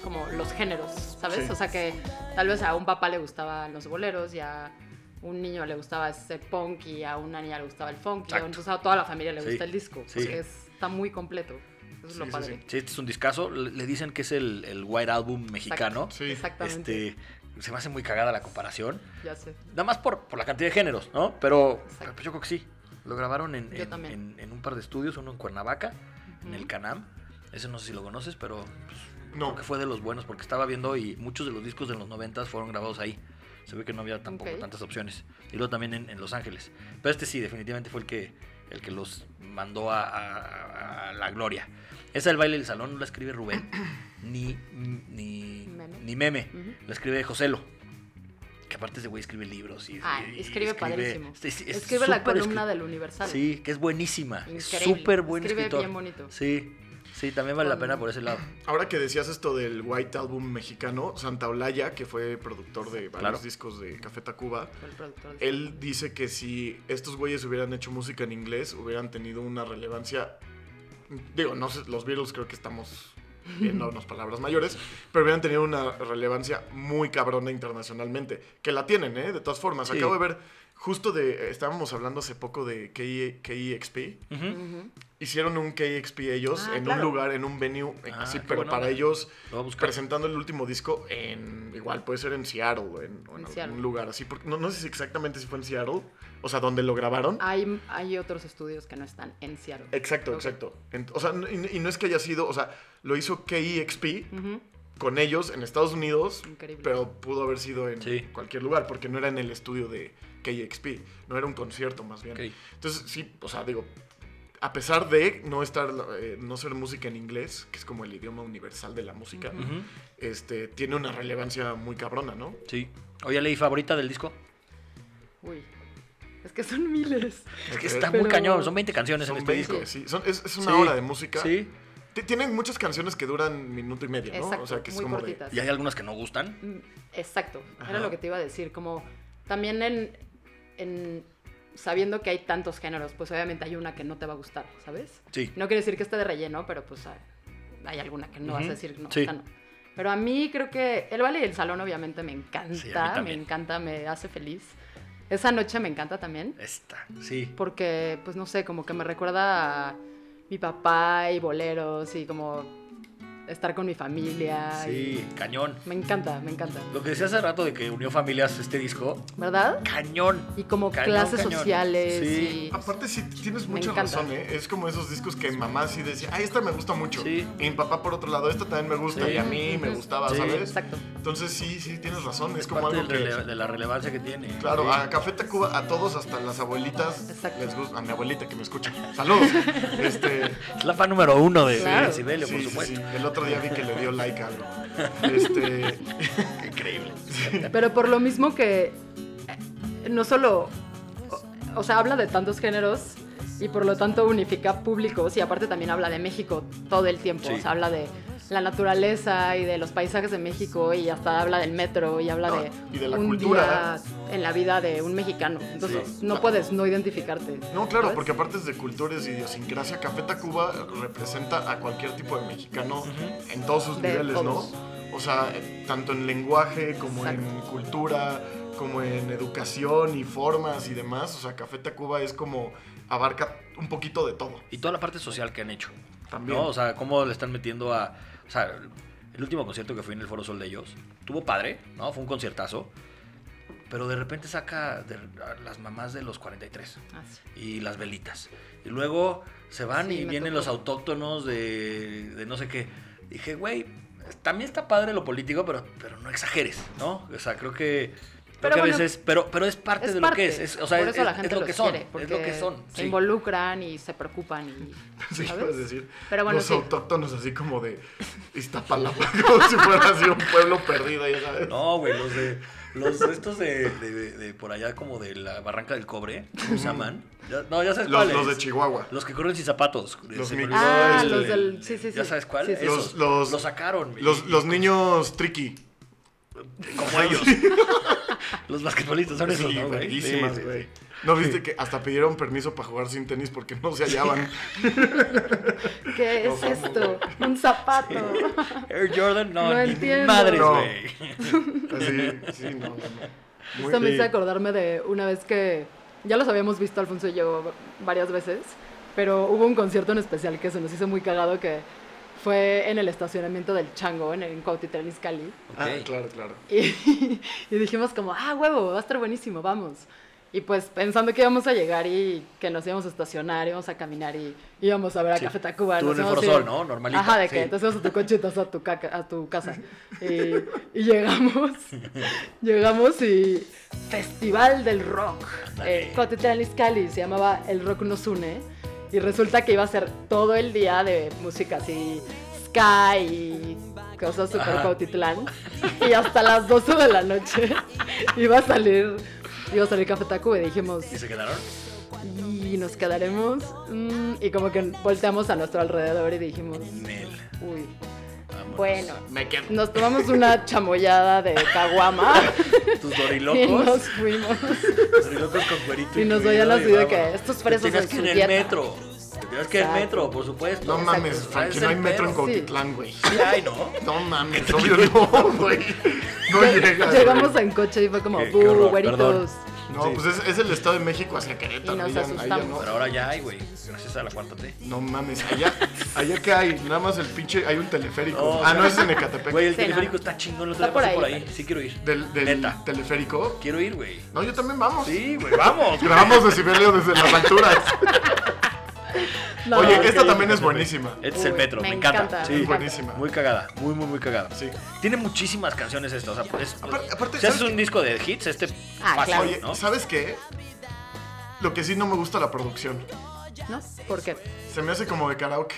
Speaker 3: como los géneros, ¿sabes?
Speaker 1: Sí.
Speaker 3: O sea que tal vez a un papá le gustaban los boleros y a un niño le gustaba ese punk y a una niña le gustaba el funk y a-
Speaker 2: Exacto.
Speaker 3: entonces a toda la familia le
Speaker 2: Sí,
Speaker 3: gusta el disco.
Speaker 2: sí.
Speaker 3: porque es- está muy completo. Eso es
Speaker 1: Sí,
Speaker 3: lo
Speaker 1: sí,
Speaker 3: padre.
Speaker 2: Sí, este es un discazo. Le le dicen que es el, el White Album mexicano.
Speaker 1: Sí.
Speaker 3: Exactamente.
Speaker 2: Este, se me hace muy cagada la comparación.
Speaker 3: Ya sé.
Speaker 2: Nada más por, por la cantidad de géneros, ¿no? Pero
Speaker 3: Exacto.
Speaker 2: pues, yo creo que sí. Lo grabaron en,
Speaker 3: Yo
Speaker 2: en-
Speaker 3: también.
Speaker 2: en- en un par de estudios, uno en Cuernavaca, en
Speaker 3: Ujú.
Speaker 2: el Canam. Ese no sé si lo conoces, pero pues,
Speaker 1: No.
Speaker 2: creo que fue de los buenos porque estaba viendo y muchos de los discos de los 90 fueron grabados ahí. Se ve que no había tampoco
Speaker 3: Ok.
Speaker 2: tantas opciones. Y luego también en, en Los Ángeles. Pero este sí, definitivamente fue el que, el que los mandó a, a- a la gloria. Esa del baile del salón no la escribe Rubén, ni, ni,
Speaker 3: Meme.
Speaker 2: ni meme.
Speaker 3: Ujú.
Speaker 2: La escribe Joselo. Que aparte ese güey escribe libros y,
Speaker 3: Ah,
Speaker 2: y- y
Speaker 3: escribe, padrísimo.
Speaker 2: es- es- es
Speaker 3: escribe la
Speaker 2: súper
Speaker 3: columna
Speaker 2: escri-
Speaker 3: del Universal.
Speaker 2: Sí, que es buenísima. Es
Speaker 3: Increíble.
Speaker 2: súper buen
Speaker 3: Escribe
Speaker 2: escritor.
Speaker 3: bien bonito.
Speaker 2: Sí, sí, también vale la
Speaker 3: Con-
Speaker 2: pena por ese lado.
Speaker 1: Ahora que decías esto del White Album mexicano, Santa Olaya, que fue productor de varios
Speaker 2: Claro.
Speaker 1: discos de Café Tacuba,
Speaker 3: Fue el productor de-
Speaker 1: él dice que si estos güeyes hubieran hecho música en inglés, hubieran tenido una relevancia. Digo, no sé, los Beatles creo que estamos viendo unas palabras mayores, pero hubieran tenido una relevancia muy cabrona internacionalmente. Que la tienen, ¿eh? De todas formas.
Speaker 2: Sí.
Speaker 1: Acabo de ver, justo de. Estábamos hablando hace poco de KE KEXP.
Speaker 2: Ujú.
Speaker 3: Ujú.
Speaker 1: Hicieron un KEXP ellos
Speaker 3: Ah,
Speaker 1: en
Speaker 3: claro.
Speaker 1: un lugar, en un venue, eh,
Speaker 2: Ah,
Speaker 1: así,
Speaker 2: qué
Speaker 1: pero
Speaker 2: buena
Speaker 1: para
Speaker 2: onda.
Speaker 1: ellos
Speaker 2: Lo voy a buscar.
Speaker 1: presentando el último disco en igual puede ser en Seattle o en, o en
Speaker 3: En
Speaker 1: algún
Speaker 3: Seattle.
Speaker 1: lugar así porque no, no sé si exactamente si fue en Seattle o sea donde lo grabaron
Speaker 3: Hay, hay otros estudios que no están en Seattle.
Speaker 1: exacto
Speaker 3: Ah, Ok.
Speaker 1: exacto En- o sea n- y, y no es que haya sido o sea lo hizo KEXP
Speaker 3: Ujú.
Speaker 1: con ellos en Estados Unidos
Speaker 3: Increíble.
Speaker 1: pero pudo haber sido en
Speaker 2: Sí.
Speaker 1: cualquier lugar porque no era en el estudio de KEXP no era un concierto más bien
Speaker 2: Ok.
Speaker 1: entonces sí o sea digo a pesar de no estar eh, no ser música en inglés que es como el idioma universal de la música
Speaker 2: Ujú.
Speaker 1: este, tiene una relevancia muy cabrona, ¿no?
Speaker 2: Sí. Oye, Ley, ¿favorita del disco?
Speaker 3: Uy. Es que son miles.
Speaker 2: Es que
Speaker 1: Ok.
Speaker 2: está muy
Speaker 3: Pero-
Speaker 2: cañón. Son 20 canciones
Speaker 1: Son
Speaker 2: en este
Speaker 1: 20,
Speaker 2: disco.
Speaker 1: sí. Son- es, es una
Speaker 2: Sí.
Speaker 1: hora de música.
Speaker 2: Sí.
Speaker 1: T- Tienen muchas canciones que duran minuto y medio, ¿no?
Speaker 3: Exacto,
Speaker 1: o sea, que es
Speaker 3: muy
Speaker 1: como
Speaker 3: cortitas.
Speaker 2: Y hay algunas que no gustan.
Speaker 3: Mm, Exacto,
Speaker 1: Ajá.
Speaker 3: era lo que te iba a decir, como también en, en- sabiendo que hay tantos géneros, pues obviamente hay una que no te va a gustar, ¿sabes?
Speaker 2: Sí.
Speaker 3: No quiere decir que esté de relleno, pero pues hay, hay alguna que no vas a
Speaker 2: Ujú,
Speaker 3: decir, no,
Speaker 2: sí.
Speaker 3: esta no. Pero a mí creo que el baile del salón obviamente me encanta,
Speaker 2: Sí, a mí
Speaker 3: me
Speaker 2: también.
Speaker 3: encanta, me hace feliz. Esa noche me encanta también,
Speaker 2: Esta, sí.
Speaker 3: porque pues no sé, como que me recuerda a mi papá y boleros y como estar con mi familia. y-
Speaker 2: Sí, cañón.
Speaker 3: Me encanta, me encanta.
Speaker 2: Lo que decía hace rato de que unió familias este disco,
Speaker 3: ¿Verdad?
Speaker 2: cañón.
Speaker 3: Y como
Speaker 2: Cañón,
Speaker 3: clases
Speaker 2: cañón.
Speaker 3: sociales.
Speaker 2: Sí.
Speaker 3: Y...
Speaker 1: Aparte, sí, tienes
Speaker 3: Me
Speaker 1: mucha
Speaker 3: encanta.
Speaker 1: razón, ¿eh? Es como esos discos que mi mamá sí decía, ah, esta me gusta mucho.
Speaker 2: Sí.
Speaker 1: Y mi papá, por otro lado, esta también me gusta.
Speaker 2: Sí.
Speaker 1: Y a mí me
Speaker 3: Ujú.
Speaker 1: gustaba,
Speaker 2: Sí.
Speaker 1: ¿sabes?
Speaker 3: Exacto.
Speaker 1: Entonces, sí, sí, tienes razón. Es,
Speaker 2: Es
Speaker 1: como
Speaker 2: parte
Speaker 1: algo
Speaker 2: del
Speaker 1: que...
Speaker 2: rele- de la relevancia que tiene.
Speaker 1: Claro,
Speaker 2: Sí.
Speaker 1: a Café Tacuba, a todos, hasta las abuelitas,
Speaker 3: Exacto.
Speaker 1: les gusta. A mi abuelita que me escucha. ¡Saludos! este...
Speaker 2: Es la fan número uno de,
Speaker 3: Claro.
Speaker 2: de Sibelio,
Speaker 1: sí,
Speaker 2: por
Speaker 1: sí,
Speaker 2: supuesto.
Speaker 1: sí. El otro otro día vi que le dio like a algo. Este,
Speaker 2: Increíble.
Speaker 3: Pero por lo mismo que eh, no solo, o, o sea, habla de tantos géneros y por lo tanto unifica públicos y aparte también habla de México todo el tiempo,
Speaker 2: Sí.
Speaker 3: o sea, habla de la naturaleza y de los paisajes de México y hasta habla del metro y habla
Speaker 1: No,
Speaker 3: de,
Speaker 1: y de la
Speaker 3: un
Speaker 1: cultura.
Speaker 3: día en la vida de un mexicano. Entonces
Speaker 2: Sí.
Speaker 3: no puedes no identificarte.
Speaker 1: Ah. no, claro,
Speaker 3: ¿sabes?
Speaker 1: porque aparte es de culturas y idiosincrasia, Café Tacuba representa a cualquier tipo de mexicano en todos sus
Speaker 3: De
Speaker 1: niveles,
Speaker 3: todos.
Speaker 1: ¿no? O sea, eh, tanto en lenguaje como en
Speaker 3: Exacto.
Speaker 1: cultura, como en educación y formas y demás. O sea, Café Tacuba es como abarca un poquito de todo.
Speaker 2: Y toda la parte social que han hecho.
Speaker 1: También.
Speaker 2: ¿no? O sea, cómo le están metiendo a. O sea, el último concierto que fui en el Foro Sol de ellos tuvo padre, ¿no? Fue un conciertazo. Pero de repente saca de- a las mamás de los 43
Speaker 3: Así.
Speaker 2: y las velitas. Y luego se van
Speaker 3: Sí,
Speaker 2: y
Speaker 3: me
Speaker 2: vienen
Speaker 3: tocó.
Speaker 2: los autóctonos de, de no sé qué. Dije, güey, también está padre lo político, pero, pero no exageres, ¿no? O sea, creo que. creo
Speaker 3: Pero
Speaker 2: que a
Speaker 3: bueno,
Speaker 2: veces, pero, pero es parte
Speaker 3: Es
Speaker 2: de lo
Speaker 3: parte.
Speaker 2: que es. es- o sea,
Speaker 3: por
Speaker 2: es,
Speaker 3: eso la
Speaker 2: es- es
Speaker 3: gente
Speaker 2: lo
Speaker 3: los
Speaker 2: que son.
Speaker 3: quiere,
Speaker 2: Es lo que
Speaker 3: porque
Speaker 2: son.
Speaker 3: Se
Speaker 2: sí.
Speaker 3: involucran y se preocupan y.
Speaker 1: Sí, pues,
Speaker 3: ¿sabes?
Speaker 1: puedes decir.
Speaker 3: Pero bueno,
Speaker 1: los
Speaker 3: sí.
Speaker 1: autóctonos así como de Iztapalapa, como si fuera así un pueblo perdido, ya sabes.
Speaker 2: No, güey, los de. Los de estos de, de- de por allá, como de la Barranca del Cobre, ¿cómo se llaman? Ya- no, ya sabes
Speaker 1: los,
Speaker 2: cuáles.
Speaker 1: los de Chihuahua.
Speaker 2: Los que corren sin zapatos.
Speaker 1: Los
Speaker 2: Se
Speaker 1: mil-
Speaker 2: me olvidó
Speaker 3: Ah,
Speaker 1: este,
Speaker 3: los del. Sí, sí, sí.
Speaker 2: ¿Ya sabes cuál?
Speaker 3: Sí, sí.
Speaker 1: Los-
Speaker 2: Esos.
Speaker 1: los-
Speaker 2: Los sacaron. güey.
Speaker 1: Los, los niños tricky.
Speaker 2: Como ellos. los basquetbolistas son esos,
Speaker 1: Sí,
Speaker 2: ¿no, güey?
Speaker 1: verguísimas,
Speaker 2: Sí, sí,
Speaker 1: güey.
Speaker 2: sí.
Speaker 1: ¿No viste que hasta pidieron permiso para jugar sin tenis porque no se hallaban?
Speaker 3: ¿Qué
Speaker 1: No
Speaker 3: es
Speaker 1: somos-
Speaker 3: esto? Un zapato.
Speaker 2: Air Jordan, no,
Speaker 3: No
Speaker 2: ni
Speaker 3: entiendo.
Speaker 2: madres,
Speaker 1: No.
Speaker 2: güey.
Speaker 1: Así, sí, no, no, no. Muy-
Speaker 3: Esto me
Speaker 1: sí.
Speaker 3: hizo acordarme de una vez que ya los habíamos visto Alfonso y yo varias veces, pero hubo un concierto en especial que se nos hizo muy cagado que fue en el estacionamiento del Chango en, en Cuautitlán Izcalli.
Speaker 1: Ah,
Speaker 2: Ok.
Speaker 1: claro, claro.
Speaker 3: Y, y dijimos como, ah, huevo, va a estar buenísimo, vamos. Y pues pensando que íbamos a llegar y que nos íbamos a estacionar, íbamos a caminar y íbamos a ver a
Speaker 2: Sí.
Speaker 3: Café Tacuba.
Speaker 2: Tú
Speaker 3: nos
Speaker 2: en el
Speaker 3: íbamos
Speaker 2: Foro
Speaker 3: a
Speaker 2: Sol,
Speaker 3: ir-
Speaker 2: ¿no? Normalito,
Speaker 3: Ajá, de
Speaker 2: sí.
Speaker 3: que entonces íbamos a tu coche y te vas a tu, caca- a tu casa. Y, y llegamos, llegamos y Festival del Rock.
Speaker 2: Ándale.
Speaker 3: Eh, Cotitlán Izcalli se llamaba El Rock Nos Une. Y resulta que iba a ser todo el día de música así, Sky y cosas super
Speaker 2: Ajá.
Speaker 3: Cuautitlán. Y hasta las 12 de la noche iba a salir, iba a salir Café Tacuba y dijimos,
Speaker 2: ¿Y se quedaron?
Speaker 3: y nos quedaremos. Mm, y como que volteamos a nuestro alrededor y dijimos,
Speaker 2: Nel.
Speaker 3: uy,
Speaker 2: vámonos.
Speaker 3: bueno.
Speaker 1: Me quedo.
Speaker 3: Nos tomamos una chamoyada de caguama
Speaker 2: Tus
Speaker 3: y nos
Speaker 2: dorilocos.
Speaker 3: fuimos.
Speaker 2: Los dorilocos con cuerito.
Speaker 3: Y nos
Speaker 2: incluido,
Speaker 3: veían así de
Speaker 2: vámonos.
Speaker 3: que estos fresas
Speaker 2: Te tienes
Speaker 3: en
Speaker 2: que
Speaker 3: su
Speaker 2: en el
Speaker 3: dieta.
Speaker 2: metro. Te tienes que en el
Speaker 3: Exacto. Ah,
Speaker 2: metro, por supuesto.
Speaker 1: No mames, Frankie, no hay metro en
Speaker 2: Coca.
Speaker 1: Cuautitlán, güey.
Speaker 2: Ay, no.
Speaker 1: No mames, obvio no, güey. No llegas.
Speaker 3: Llegamos
Speaker 1: güey.
Speaker 3: en coche y fue como,
Speaker 2: Qué- qué
Speaker 3: "Bu,
Speaker 2: horror,
Speaker 3: güeritos.
Speaker 1: No, pues es, es el Estado de México hacia Querétaro.
Speaker 3: Y nos
Speaker 1: ahí ya- ahí ya
Speaker 3: asustamos.
Speaker 1: no.
Speaker 2: Pero ahora ya hay, güey. Gracias a la cuarta T.
Speaker 1: No mames, allá, allá que hay, nada más el pinche, hay un teleférico.
Speaker 2: No,
Speaker 1: ah,
Speaker 2: Oh, no.
Speaker 1: no, ese es en Ecatepec.
Speaker 2: Güey, el
Speaker 3: Sí,
Speaker 2: teleférico
Speaker 3: no.
Speaker 2: está chingón. Lo
Speaker 3: Está
Speaker 2: tenemos por ahí.
Speaker 3: por
Speaker 2: por
Speaker 3: ahí.
Speaker 2: ahí. Sí quiero ir.
Speaker 1: Del, del
Speaker 2: Neta.
Speaker 1: teleférico.
Speaker 2: Quiero ir, güey.
Speaker 1: No, yo también vamos.
Speaker 2: Sí, güey, vamos. güey.
Speaker 1: Grabamos de Siberio desde las alturas.
Speaker 3: No,
Speaker 1: Oye,
Speaker 3: no,
Speaker 1: esta
Speaker 3: no,
Speaker 1: también es buenísima.
Speaker 2: Este es el
Speaker 3: Uy,
Speaker 2: metro, me,
Speaker 3: me
Speaker 2: encanta.
Speaker 3: encanta.
Speaker 2: Sí,
Speaker 1: Es buenísima.
Speaker 2: Muy cagada, muy, muy, muy cagada.
Speaker 1: Sí.
Speaker 2: Tiene muchísimas canciones esta. O sea, es,
Speaker 1: Aparte- aparte,
Speaker 2: si haces
Speaker 1: ¿sabes
Speaker 2: un disco de hits, este
Speaker 3: Ah,
Speaker 2: fácil,
Speaker 3: claro.
Speaker 1: Oye,
Speaker 2: ¿no?
Speaker 1: ¿sabes qué? Lo que sí no me gusta la producción.
Speaker 3: ¿No? ¿Por qué?
Speaker 1: Se me hace como de karaoke.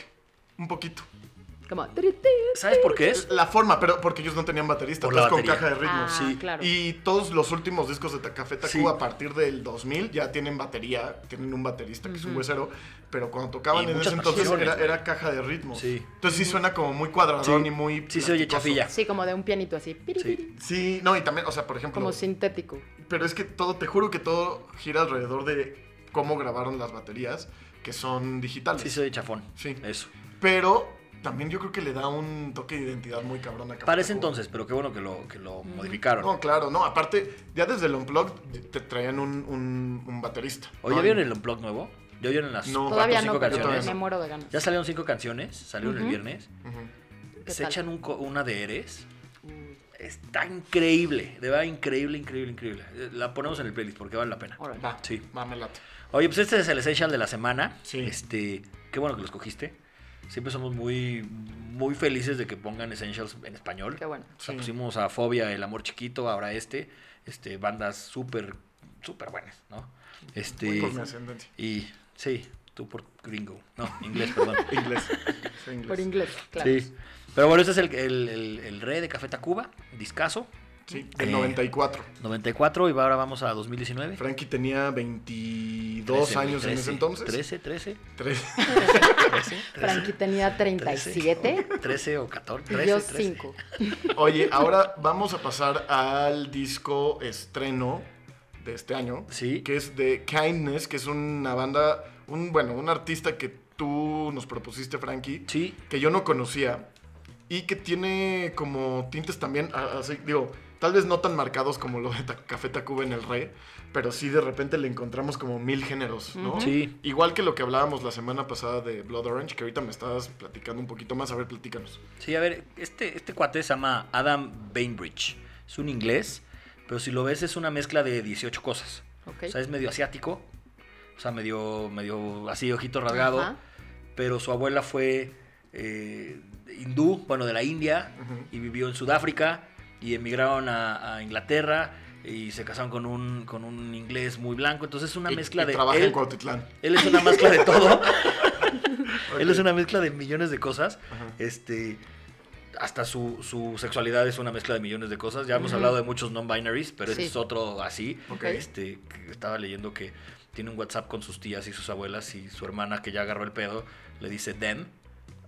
Speaker 1: Un poquito. Eh,
Speaker 3: Como, "Tiri, tiri".
Speaker 2: ¿Sabes por qué es?
Speaker 1: La forma, pero porque ellos no tenían baterista,
Speaker 2: Por la
Speaker 1: todos con
Speaker 2: batería.
Speaker 1: caja de ritmos.
Speaker 3: Ah,
Speaker 2: sí.
Speaker 3: claro.
Speaker 1: Y todos los últimos discos de Ta- Café Tacuba
Speaker 2: Sí.
Speaker 1: a partir del 2000 ya tienen batería, tienen un baterista que es un huesero, pero cuando tocaban
Speaker 2: Y
Speaker 1: en
Speaker 2: muchas
Speaker 1: ese entonces
Speaker 2: canciones,
Speaker 1: era,
Speaker 2: güey.
Speaker 1: era caja de ritmo.
Speaker 2: Sí.
Speaker 1: Entonces sí suena como muy cuadradón
Speaker 2: Sí.
Speaker 1: y muy...
Speaker 2: Sí, se oye
Speaker 1: plasticoso.
Speaker 2: chafilla.
Speaker 3: Sí, como de un pianito así. piri,
Speaker 2: Sí.
Speaker 3: piri.
Speaker 1: Sí, no, y también, o sea, por ejemplo...
Speaker 3: Como sintético.
Speaker 1: Pero es que todo, te juro que todo gira alrededor de cómo grabaron las baterías, que son digitales.
Speaker 2: Sí, soy chafón.
Speaker 1: Sí.
Speaker 2: Eso.
Speaker 1: Pero también yo creo que le da un toque de identidad muy cabrón a Café
Speaker 2: Para ese
Speaker 1: Tacuba.
Speaker 2: entonces, pero qué bueno que lo, que lo modificaron.
Speaker 1: No, claro, no. Aparte, ya desde el Unplugged te traían un, un- un baterista.
Speaker 2: Oye,
Speaker 1: ¿no?
Speaker 2: ¿ya vieron el blog nuevo? Yo oyeron las
Speaker 1: No.
Speaker 2: cuatro
Speaker 1: Todavía
Speaker 2: o cinco
Speaker 3: no, pero
Speaker 2: canciones.
Speaker 1: todavía
Speaker 3: me muero de ganas.
Speaker 2: Ya salieron cinco canciones, salieron el
Speaker 3: Ujú.
Speaker 2: viernes.
Speaker 1: Ujú.
Speaker 3: ¿Qué
Speaker 2: Se
Speaker 3: tal?
Speaker 2: echan un co- una de Eres.
Speaker 3: Mm,
Speaker 2: Está increíble, de verdad increíble, increíble, increíble. Eh, La ponemos en el playlist porque vale la pena.
Speaker 3: Órale.
Speaker 1: Va,
Speaker 2: Ah, Sí.
Speaker 1: va, me late.
Speaker 2: Oye, pues este es el Essential de la semana.
Speaker 1: Sí.
Speaker 2: Este, qué bueno que los cogiste. Siempre somos muy, muy felices de que pongan Essentials en español.
Speaker 3: Qué bueno.
Speaker 2: O sea,
Speaker 1: Sí.
Speaker 2: pusimos a Fobia, El Amor Chiquito, ahora este. Este, bandas súper, súper buenas, ¿no? Este.
Speaker 1: Muy Con mi ascendencia.
Speaker 2: Y sí, Tú por gringo. No, inglés, perdón.
Speaker 1: Inglés. Soy inglés.
Speaker 3: Por inglés, claro.
Speaker 2: Sí. Pero bueno, ese es el, el, el- el rey de Café Tacuba, discaso,
Speaker 1: Sí, del
Speaker 2: Eh.
Speaker 1: 94.
Speaker 2: 94 y va- ahora vamos a 2019.
Speaker 1: Frankie tenía 22
Speaker 2: 13,
Speaker 1: años en
Speaker 2: 13,
Speaker 1: ese entonces.
Speaker 2: 13, 13,
Speaker 1: Tres.
Speaker 2: 13.
Speaker 3: Frankie tenía 37
Speaker 2: 13 o 14,
Speaker 3: y
Speaker 2: 13.
Speaker 3: yo
Speaker 2: 13.
Speaker 3: 5.
Speaker 1: Oye, ahora vamos a pasar al disco estreno de este año.
Speaker 2: Sí.
Speaker 1: Que es de Kindness, que es una banda, un, bueno, un artista que tú nos propusiste, Frankie,
Speaker 2: Sí,
Speaker 1: que yo no conocía y que tiene como tintes también, a- así, digo, tal vez no tan marcados como lo de Ta- Café Tacuba en el Rey, pero sí de repente le encontramos como mil géneros, ¿no?
Speaker 3: Ujú.
Speaker 2: Sí.
Speaker 1: Igual que lo que hablábamos la semana pasada de Blood Orange, que ahorita me estabas platicando un poquito más. A ver, platícanos.
Speaker 2: Sí, a ver, este, este cuate se llama Adam Bainbridge. Es un inglés, pero si lo ves es una mezcla de 18 cosas.
Speaker 3: Ok.
Speaker 2: O sea, es medio asiático, o sea, medio, medio así, ojito rasgado.
Speaker 3: Ajá.
Speaker 2: Pero su abuela fue eh, hindú, bueno, de la India,
Speaker 1: Ujú.
Speaker 2: y vivió en Sudáfrica, y emigraron a, a Inglaterra, y se casaron con un, con un inglés muy blanco. Entonces es una
Speaker 1: Y-
Speaker 2: mezcla
Speaker 1: y
Speaker 2: de...
Speaker 1: Trabaja
Speaker 2: él,
Speaker 1: en Cuautitlán.
Speaker 2: él es una mezcla de todo. Él es
Speaker 1: Ok.
Speaker 2: una mezcla de millones de cosas.
Speaker 1: Ajá.
Speaker 2: Este. Hasta su, su sexualidad es una mezcla de millones de cosas. Ya hemos
Speaker 3: Ujú.
Speaker 2: hablado de muchos non-binaries, pero este
Speaker 3: Sí.
Speaker 2: es otro así.
Speaker 1: Ok.
Speaker 2: Este, que estaba leyendo que tiene un WhatsApp con sus tías y sus abuelas y su hermana que ya agarró el pedo le dice them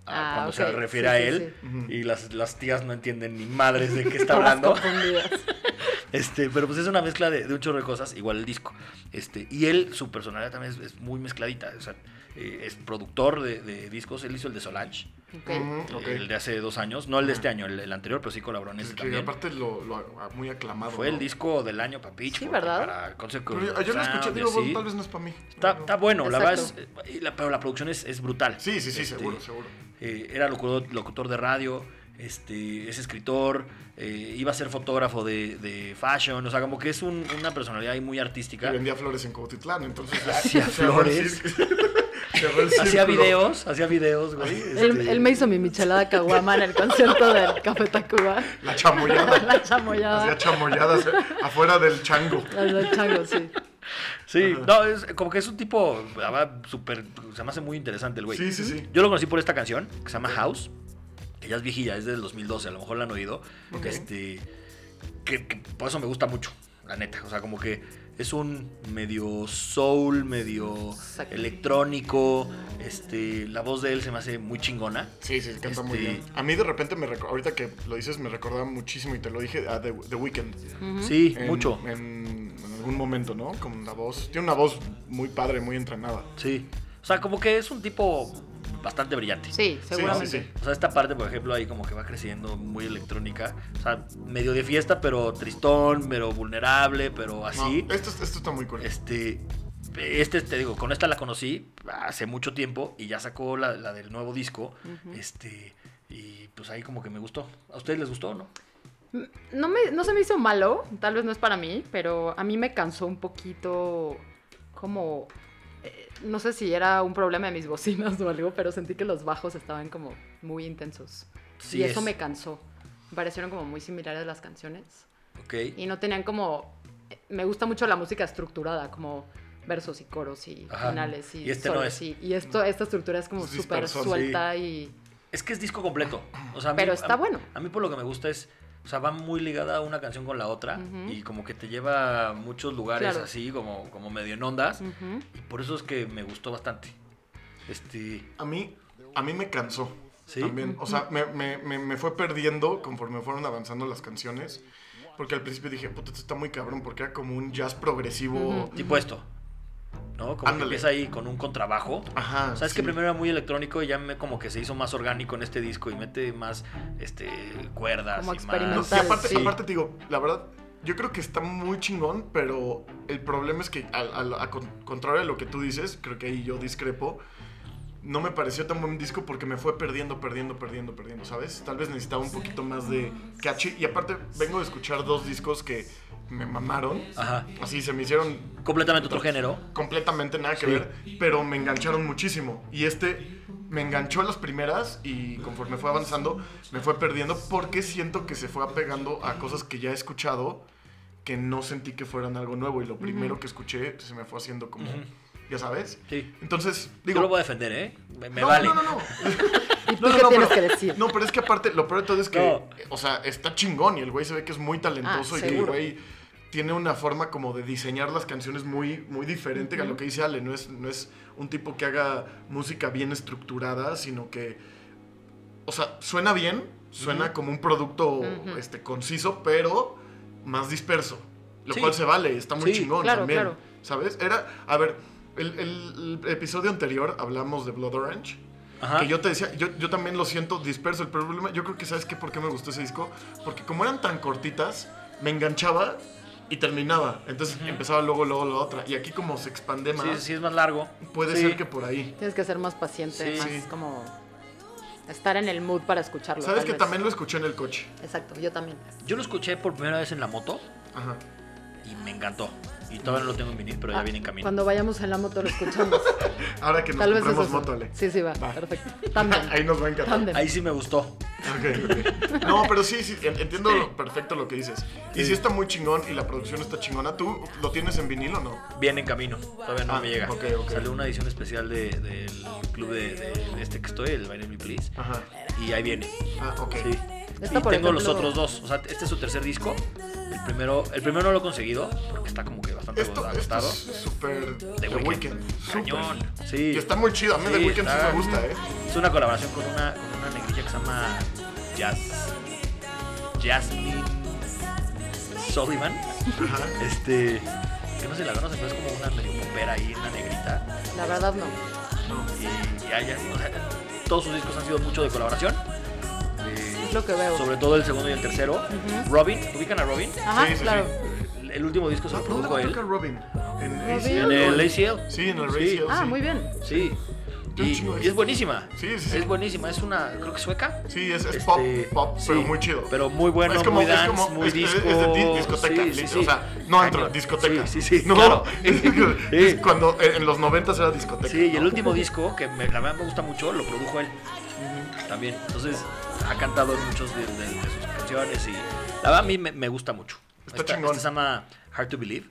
Speaker 2: a-
Speaker 3: Ah,
Speaker 2: cuando
Speaker 3: ok.
Speaker 2: se refiere
Speaker 3: Sí,
Speaker 2: a
Speaker 3: sí,
Speaker 2: él.
Speaker 1: sí. Ujú.
Speaker 2: Y las, las tías no entienden ni madres de qué está
Speaker 3: Todas
Speaker 2: hablando.
Speaker 3: confundidas.
Speaker 2: Este, pero pues es una mezcla de, de un chorro de cosas, igual el disco. Este, y él, su personalidad también es, es muy mezcladita. O sea, eh, es productor de, de discos. Él hizo el de Solange,
Speaker 3: Ok.
Speaker 1: Ujú, ok.
Speaker 2: el de hace dos años. No el de este año, el, el anterior, pero sí colaboró en
Speaker 1: Es
Speaker 2: este
Speaker 1: que
Speaker 2: también.
Speaker 1: aparte lo, lo- a- muy aclamado.
Speaker 2: Fue el
Speaker 1: ¿no?
Speaker 2: disco del año para Pitch.
Speaker 3: ¿verdad?
Speaker 2: Para el Consejo
Speaker 1: Pero yo,
Speaker 2: de
Speaker 1: yo lo escuché,
Speaker 2: Sound y
Speaker 1: digo, bueno,
Speaker 2: así.
Speaker 1: tal vez no es para mí.
Speaker 2: Está,
Speaker 1: No.
Speaker 2: está bueno, la verdad
Speaker 3: Exacto.
Speaker 2: es- eh, y la- pero la producción es, es brutal.
Speaker 1: Sí, sí, sí,
Speaker 2: Este,
Speaker 1: seguro, seguro.
Speaker 2: eh, era locutor, locutor de radio, este, es escritor, eh, iba a ser fotógrafo de, de fashion, o sea, como que es un- una personalidad ahí muy
Speaker 1: Y
Speaker 2: artística.
Speaker 1: vendía flores en Cuautitlán, entonces.
Speaker 2: Hacía
Speaker 1: cerró el
Speaker 2: flores.
Speaker 1: círculo. Cerró el
Speaker 2: Hacía
Speaker 1: círculo.
Speaker 2: videos, hacía videos, güey.
Speaker 3: Él,
Speaker 2: este,
Speaker 3: él me hizo mi michelada caguama en el concierto del Café Tacuba.
Speaker 1: La chamoyada.
Speaker 3: La chamoyada.
Speaker 1: Hacía chamoyadas eh, afuera del chango.
Speaker 3: Las del chango, sí.
Speaker 2: Sí, no, es como que es un tipo, la verdad, súper, se me hace muy interesante el güey.
Speaker 1: Sí, sí, sí.
Speaker 2: Yo lo conocí por esta canción que se llama House, que ya es viejilla, es del 2012, a lo mejor la han oído.
Speaker 1: Ok.
Speaker 2: Este, que, que por eso me gusta mucho, la neta. O sea, como que es un medio soul, medio
Speaker 3: Exacto.
Speaker 2: electrónico. Este, la voz de él se me hace muy chingona.
Speaker 1: Sí, sí, canta muy
Speaker 2: Este-
Speaker 1: bien. A mí de repente, me reco- ahorita que lo dices, me recordaba muchísimo y te lo dije a The, The Weeknd.
Speaker 2: Sí,
Speaker 1: En-
Speaker 2: mucho.
Speaker 1: En, en algún momento, ¿no? Con la voz. Tiene una voz muy padre, muy entrenada.
Speaker 2: Sí. O sea, como que es un tipo bastante brillante.
Speaker 3: Sí, seguramente.
Speaker 1: Sí, sí, sí.
Speaker 2: O sea, esta parte, por ejemplo, ahí como que va creciendo muy electrónica. O sea, medio de fiesta, pero tristón, pero vulnerable, pero
Speaker 1: No,
Speaker 2: así.
Speaker 1: esto, esto está muy cool.
Speaker 2: Este, este, te digo, con esta la conocí hace mucho tiempo y ya sacó la, la del nuevo disco. Este, y pues ahí como que me gustó. ¿A ustedes les gustó o no?
Speaker 3: Mm, No, me, no se me hizo malo, tal vez no es para mí, pero a mí me cansó un poquito como... eh, No sé si era un problema de mis bocinas o algo, pero sentí que los bajos estaban como muy intensos.
Speaker 2: Sí
Speaker 3: y eso
Speaker 2: es.
Speaker 3: me cansó. Me parecieron como muy similares las canciones.
Speaker 2: Ok.
Speaker 3: Y no tenían como... eh, Me gusta mucho la música estructurada, como versos y coros y
Speaker 2: Ajá.
Speaker 3: finales y,
Speaker 2: Y este no
Speaker 3: solos
Speaker 2: es.
Speaker 3: y, y esto, esta estructura es como
Speaker 1: Es
Speaker 3: súper
Speaker 1: dispersón, sí.
Speaker 3: suelta y...
Speaker 2: Es que es disco completo. O sea, a mí-
Speaker 3: Pero está
Speaker 2: a-
Speaker 3: bueno.
Speaker 2: A mí por lo que me gusta es, o sea, va muy ligada una canción con la otra
Speaker 3: Ujú.
Speaker 2: y como que te lleva a muchos lugares
Speaker 3: Claro.
Speaker 2: así, como, como medio en ondas.
Speaker 3: Ujú.
Speaker 2: Y por eso es que me gustó bastante. Este,
Speaker 1: A mí, a mí me cansó.
Speaker 2: ¿Sí?
Speaker 1: También, o sea, me, me- me- me fue perdiendo conforme fueron avanzando las canciones. Porque al principio dije, puta, esto está muy cabrón, porque era como un jazz progresivo.
Speaker 3: Ujú.
Speaker 2: tipo esto. ¿No? Como que
Speaker 1: Ándale.
Speaker 2: empieza ahí con un contrabajo.
Speaker 1: Ajá.
Speaker 2: O sea, es
Speaker 1: sí.
Speaker 2: que primero era muy electrónico y ya me, como que se hizo más orgánico en este disco y mete más este, cuerdas
Speaker 3: Como
Speaker 2: y
Speaker 1: No,
Speaker 2: más.
Speaker 1: y aparte,
Speaker 2: Sí.
Speaker 1: aparte te digo, la verdad, yo creo que está muy chingón, pero el problema es que, al, al- a con- contrario a lo que tú dices, creo que ahí yo discrepo, no me pareció tan buen disco porque me fue perdiendo, perdiendo, perdiendo, perdiendo, ¿sabes? Tal vez necesitaba un poquito más de catchy. Y aparte, vengo de escuchar dos discos que me mamaron.
Speaker 2: Ajá.
Speaker 1: Así se me hicieron
Speaker 2: Completamente otro género.
Speaker 1: completamente nada que
Speaker 2: Sí.
Speaker 1: ver, pero me engancharon muchísimo. Y este me enganchó las primeras y conforme fue avanzando me fue perdiendo porque siento que se fue apegando a cosas que ya he escuchado que no sentí que fueran algo nuevo y lo primero que escuché se me fue haciendo como ya sabes.
Speaker 2: Sí.
Speaker 1: Entonces,
Speaker 2: Yo
Speaker 1: digo...
Speaker 2: lo voy a defender, ¿eh? Me, me
Speaker 1: no,
Speaker 2: vale.
Speaker 1: no, no, no.
Speaker 3: ¿Y tú
Speaker 1: No, no,
Speaker 3: qué
Speaker 1: no,
Speaker 3: tienes
Speaker 1: pero-
Speaker 3: que decir?
Speaker 1: No, pero es que aparte, lo peor de todo es que,
Speaker 2: No.
Speaker 1: o sea, está chingón y el güey se ve que es muy talentoso
Speaker 3: Ah,
Speaker 1: y que el
Speaker 3: seguro.
Speaker 1: güey tiene una forma como de diseñar las canciones muy, muy diferente a lo que dice Ale. No es, no es un tipo que haga música bien estructurada, sino que, o sea, suena bien, suena como un producto
Speaker 3: Ujú.
Speaker 1: este, conciso, pero más disperso. Lo
Speaker 2: Sí.
Speaker 1: cual se vale, está muy
Speaker 2: Sí.
Speaker 1: chingón
Speaker 3: Claro,
Speaker 1: también.
Speaker 3: claro.
Speaker 1: ¿Sabes? Era, a ver, el, el episodio anterior hablamos de Blood Orange.
Speaker 2: Ajá.
Speaker 1: Que yo te decía, yo, yo también lo siento disperso. El problema, yo creo que sabes qué por qué me gustó ese disco. Porque como eran tan cortitas, me enganchaba y terminaba. Entonces empezaba luego, luego la otra. Y aquí como se expande
Speaker 2: Sí,
Speaker 1: más,
Speaker 2: sí, es más largo.
Speaker 1: puede
Speaker 2: Sí.
Speaker 1: ser que por ahí.
Speaker 3: Tienes que ser más paciente,
Speaker 2: Sí.
Speaker 3: más
Speaker 1: Sí.
Speaker 3: como estar en el mood para escucharlo.
Speaker 1: Sabes
Speaker 3: tal
Speaker 1: que
Speaker 3: vez.
Speaker 1: también lo escuché en el coche.
Speaker 3: Exacto, yo también.
Speaker 2: Yo lo escuché por primera vez en la moto
Speaker 1: Ajá.
Speaker 2: y me encantó. Y todavía no lo tengo en vinil, pero ya
Speaker 3: Ah,
Speaker 2: viene en camino.
Speaker 3: Cuando vayamos en la moto lo escuchamos.
Speaker 1: Ahora que nos
Speaker 3: Tal vez es
Speaker 1: compramos
Speaker 3: eso.
Speaker 1: moto, Ale.
Speaker 3: Sí, sí, va.
Speaker 1: Va.
Speaker 3: Perfecto. También.
Speaker 1: Ahí nos va a encantar.
Speaker 3: Tándem.
Speaker 2: Ahí sí me gustó.
Speaker 1: Ok, ok. No, pero sí, sí, en- entiendo lo- perfecto lo que dices. Y si está muy chingón y la producción está chingona, ¿tú lo tienes en vinilo o no?
Speaker 2: Viene en camino. Todavía no
Speaker 1: Ah,
Speaker 2: me llega.
Speaker 1: ok, ok.
Speaker 2: Salió una edición especial de- del club de, de- de este que estoy, el Vinyl Me Please.
Speaker 1: Ajá.
Speaker 2: Y ahí viene.
Speaker 1: Ah, ok.
Speaker 2: Sí.
Speaker 3: Esta,
Speaker 2: y
Speaker 3: por
Speaker 2: tengo los
Speaker 3: ejemplo-
Speaker 2: otros dos. O sea, este es su tercer disco. El primero, el primero no lo he conseguido porque está como que bastante
Speaker 1: Esto, esto
Speaker 2: agotado.
Speaker 1: es súper
Speaker 2: The
Speaker 1: The
Speaker 2: Weeknd.
Speaker 1: Weeknd. Súper.
Speaker 2: Cañón. Sí.
Speaker 1: Y está muy chido. A mí The
Speaker 2: Sí,
Speaker 1: Weeknd sí
Speaker 2: está-
Speaker 1: me gusta, ¿eh?
Speaker 2: Es una colaboración con una, con una negrilla que se llama Jazz. Jasmine Sullivan.
Speaker 1: Ajá.
Speaker 2: Este. Que no sé si la conocen, pero es como una medio popera ahí, una negrita.
Speaker 3: La verdad no.
Speaker 2: Y, y hay- o sea, todos sus discos han sido mucho de colaboración. Eh,
Speaker 3: Lo que veo.
Speaker 2: Sobre todo el segundo y el tercero.
Speaker 3: Ujú.
Speaker 2: Robin, ¿ubican a Robin?
Speaker 3: Ajá,
Speaker 1: Sí, sí,
Speaker 3: claro.
Speaker 1: sí.
Speaker 2: El último disco se lo
Speaker 1: ¿Dó- Ah, ¿Dónde
Speaker 2: produjo
Speaker 1: va a
Speaker 2: él.
Speaker 1: tocar Robin? En
Speaker 3: Robin.
Speaker 2: En
Speaker 1: ACL.
Speaker 2: el ACL.
Speaker 1: Sí, en el
Speaker 2: Sí.
Speaker 1: ACL.
Speaker 3: Ah,
Speaker 1: sí.
Speaker 3: muy bien.
Speaker 2: Sí.
Speaker 1: Qué
Speaker 2: Y,
Speaker 1: chido
Speaker 2: y es
Speaker 1: es.
Speaker 2: buenísima.
Speaker 1: Sí, sí, sí.
Speaker 2: Es buenísima. Es una, creo que sueca.
Speaker 1: Sí, es, es
Speaker 2: Este,
Speaker 1: pop, pop, pero
Speaker 2: sí,
Speaker 1: muy chido.
Speaker 2: Pero muy bueno,
Speaker 1: es como,
Speaker 2: muy dance,
Speaker 1: es como,
Speaker 2: muy
Speaker 1: es, es-
Speaker 2: disco.
Speaker 1: es de di- discoteca,
Speaker 2: Sí, sí,
Speaker 1: listo,
Speaker 2: sí.
Speaker 1: o sea, no entro,
Speaker 2: Cañón.
Speaker 1: discoteca.
Speaker 2: Sí, sí, sí,
Speaker 1: no,
Speaker 2: claro.
Speaker 1: Es
Speaker 2: Sí.
Speaker 1: cuando en en los 90 era discoteca.
Speaker 2: Sí, y el
Speaker 1: ¿no? pues,
Speaker 2: último disco, que me- la verdad me gusta mucho, lo produjo él también. Entonces, ha cantado en muchos de, de- de sus canciones y la verdad a mí me, me gusta mucho.
Speaker 1: Está
Speaker 2: Esta-
Speaker 1: chingón.
Speaker 2: esta se llama Hard to Believe.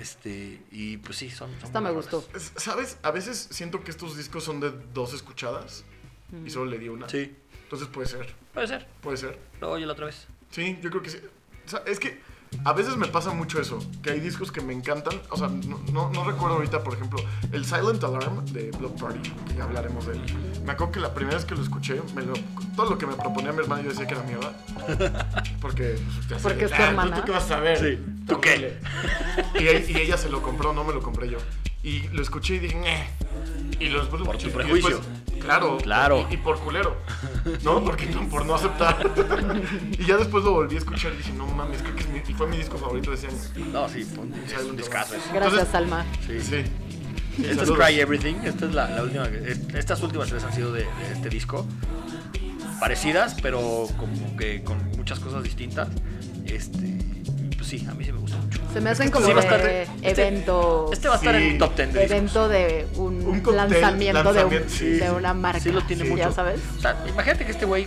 Speaker 2: Este, y pues sí, son. son
Speaker 3: Esta me
Speaker 2: buenas
Speaker 3: gustó.
Speaker 2: rolas.
Speaker 1: Es- ¿Sabes? A veces siento que estos discos son de dos escuchadas
Speaker 3: Mm.
Speaker 1: y solo le di una.
Speaker 2: Sí,
Speaker 1: Entonces puede ser,
Speaker 2: puede ser.
Speaker 1: puede ser.
Speaker 2: Lo oye la otra vez.
Speaker 1: Sí, yo creo que sí. O sea, es que a veces me pasa mucho eso, que hay discos que me encantan. O sea, no, no- no recuerdo ahorita, por ejemplo, el Silent Alarm de Block Party, que ya hablaremos de él. Me acuerdo que la primera vez que lo escuché, me lo- todo lo que me proponía mi hermana yo decía que era mierda. Porque, pues, usted hace-
Speaker 3: Porque es tu
Speaker 1: "Ah, ¿tú-
Speaker 3: hermana".
Speaker 1: ¿Tú qué vas a saber?
Speaker 2: Sí, ¿tú qué?
Speaker 1: Y, él- y ella se lo compró, no me lo compré yo. Y lo escuché y dije, "Neh". Y los
Speaker 2: Por tu
Speaker 1: y
Speaker 2: prejuicio.
Speaker 1: después, pues, claro.
Speaker 2: Claro.
Speaker 1: Y, y por culero. ¿No? Porque no, por no aceptar. y ya después lo volví a escuchar y dije, no mames, creo que es mi, y fue mi disco favorito de ese año.
Speaker 2: No, sí, pon- es un discazo. es-
Speaker 3: Gracias,
Speaker 1: Entonces-
Speaker 3: Alma.
Speaker 1: Sí. sí.
Speaker 2: Esta Este es
Speaker 1: saludos.
Speaker 2: Cry Everything. Esta es la, la última. que- est- Estas últimas tres han sido de, de este disco. Parecidas, pero como que con muchas cosas distintas. Este. Pues sí, a mí sí me gusta mucho.
Speaker 3: Se me hacen
Speaker 1: Sí,
Speaker 3: como
Speaker 2: Sí, va a
Speaker 3: de
Speaker 2: estar- este-
Speaker 3: evento.
Speaker 2: Este va a estar
Speaker 1: Sí.
Speaker 2: en el top 10 de discos.
Speaker 3: evento de un,
Speaker 1: Un cóctel,
Speaker 3: lanzamiento, de, un-
Speaker 1: lanzamiento, sí,
Speaker 3: de
Speaker 1: sí.
Speaker 3: una marca.
Speaker 2: Sí lo tiene mucho.
Speaker 3: Ya sabes.
Speaker 2: O sea, imagínate que este güey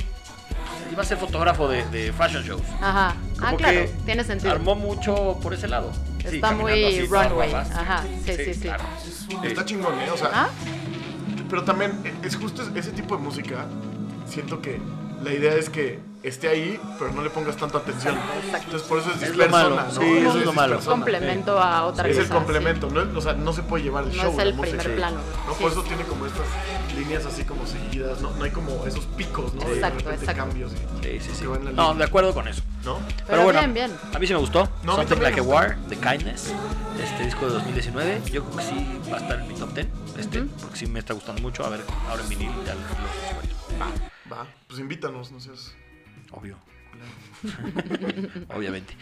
Speaker 2: iba a ser fotógrafo de, de fashion shows.
Speaker 3: Ajá. ah,
Speaker 2: Como
Speaker 3: claro.
Speaker 2: que
Speaker 3: Tiene sentido.
Speaker 2: Armó mucho por ese lado. Sí,
Speaker 3: Está muy
Speaker 2: caminando así, todas
Speaker 3: runway.
Speaker 2: guapas.
Speaker 3: Ajá, sí, sí, sí.
Speaker 2: claro.
Speaker 1: Está chingón, ¿eh? O sea,
Speaker 3: Ah,
Speaker 1: pero también eh, es justo ese tipo de música. Siento que la idea es que esté ahí, pero no le pongas tanta atención.
Speaker 3: Exacto.
Speaker 1: Entonces por eso es
Speaker 2: Es lo
Speaker 1: dispersona,
Speaker 2: malo,
Speaker 1: ¿no?
Speaker 2: sí, eso es lo malo.
Speaker 1: dispersona.
Speaker 3: complemento a otra
Speaker 1: Es
Speaker 3: cosa.
Speaker 1: el complemento, ¿no? o sea, no se puede llevar el
Speaker 3: No
Speaker 1: show.
Speaker 3: es
Speaker 1: la
Speaker 3: el
Speaker 1: música.
Speaker 3: primer plano,
Speaker 1: No,
Speaker 3: sí.
Speaker 1: por eso tiene como estas líneas así como seguidas, no, no hay como esos picos, ¿no?
Speaker 3: Exacto,
Speaker 1: de repente
Speaker 3: exacto.
Speaker 1: cambios. y-
Speaker 2: Sí, sí, sí.
Speaker 1: que va en la
Speaker 2: No,
Speaker 1: línea.
Speaker 2: de acuerdo con eso.
Speaker 1: ¿No?
Speaker 3: sí.
Speaker 2: Pero,
Speaker 3: Pero
Speaker 2: bueno,
Speaker 3: bien, bien.
Speaker 2: a mí sí me gustó.
Speaker 1: No, a mí
Speaker 2: Something
Speaker 1: también
Speaker 2: Like a
Speaker 1: me gustó.
Speaker 2: War, The Kindness, este disco de 2019. Yo creo que sí va a estar en mi top 10, este,
Speaker 3: Ujú.
Speaker 2: porque sí me está gustando mucho. A ver, ahora en vinil ya lo lo escucho.
Speaker 1: Va, pues invítanos, no seas.
Speaker 2: Obvio. Obviamente.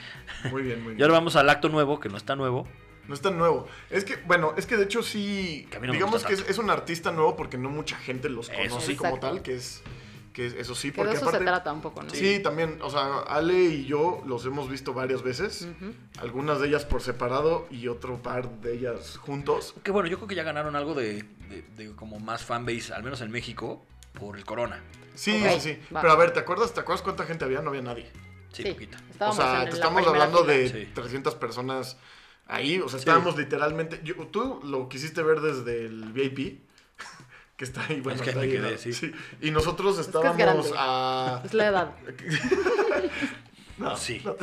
Speaker 1: Muy bien, muy
Speaker 2: Y
Speaker 1: bien.
Speaker 2: ahora vamos al acto nuevo, que no está nuevo.
Speaker 1: No es tan nuevo. Es que, bueno, es que de hecho sí.
Speaker 2: Que a mí no me
Speaker 1: digamos
Speaker 2: gusta
Speaker 1: que es,
Speaker 2: tanto.
Speaker 1: es un artista nuevo porque no mucha gente los
Speaker 2: Eso
Speaker 1: conoce
Speaker 2: sí.
Speaker 1: como
Speaker 3: Exacto.
Speaker 1: tal, que es. Que es- eso sí,
Speaker 3: Que de
Speaker 1: porque
Speaker 3: eso
Speaker 1: aparte.
Speaker 3: se trata un poco, ¿no?
Speaker 1: Sí, también, o sea, Ale y yo los hemos visto varias veces, algunas de ellas por separado y otro par de ellas juntos.
Speaker 2: Que bueno, yo creo que ya ganaron algo de, de- de como más fanbase, al menos en México, por el Corona.
Speaker 1: Sí,
Speaker 3: Ok,
Speaker 1: sí, sí.
Speaker 3: va.
Speaker 1: Pero a ver, ¿te acuerdas, ¿te acuerdas cuánta gente había? No había nadie.
Speaker 2: Sí, poquita.
Speaker 3: Estábamos
Speaker 1: o sea,
Speaker 3: en
Speaker 1: te
Speaker 3: la
Speaker 1: estamos
Speaker 3: primera
Speaker 1: hablando
Speaker 3: fila.
Speaker 1: de
Speaker 2: Sí.
Speaker 1: 300 personas Ahí, o sea, estábamos literalmente. yo- tú lo quisiste ver desde el VIP, que está ahí, bueno,
Speaker 2: que
Speaker 1: está
Speaker 2: me
Speaker 1: ahí,
Speaker 2: quedé,
Speaker 1: ¿no?
Speaker 2: sí.
Speaker 1: Y nosotros
Speaker 3: que es grande.
Speaker 1: estábamos a.
Speaker 3: Es la edad.
Speaker 1: No,
Speaker 2: Sí.
Speaker 1: no,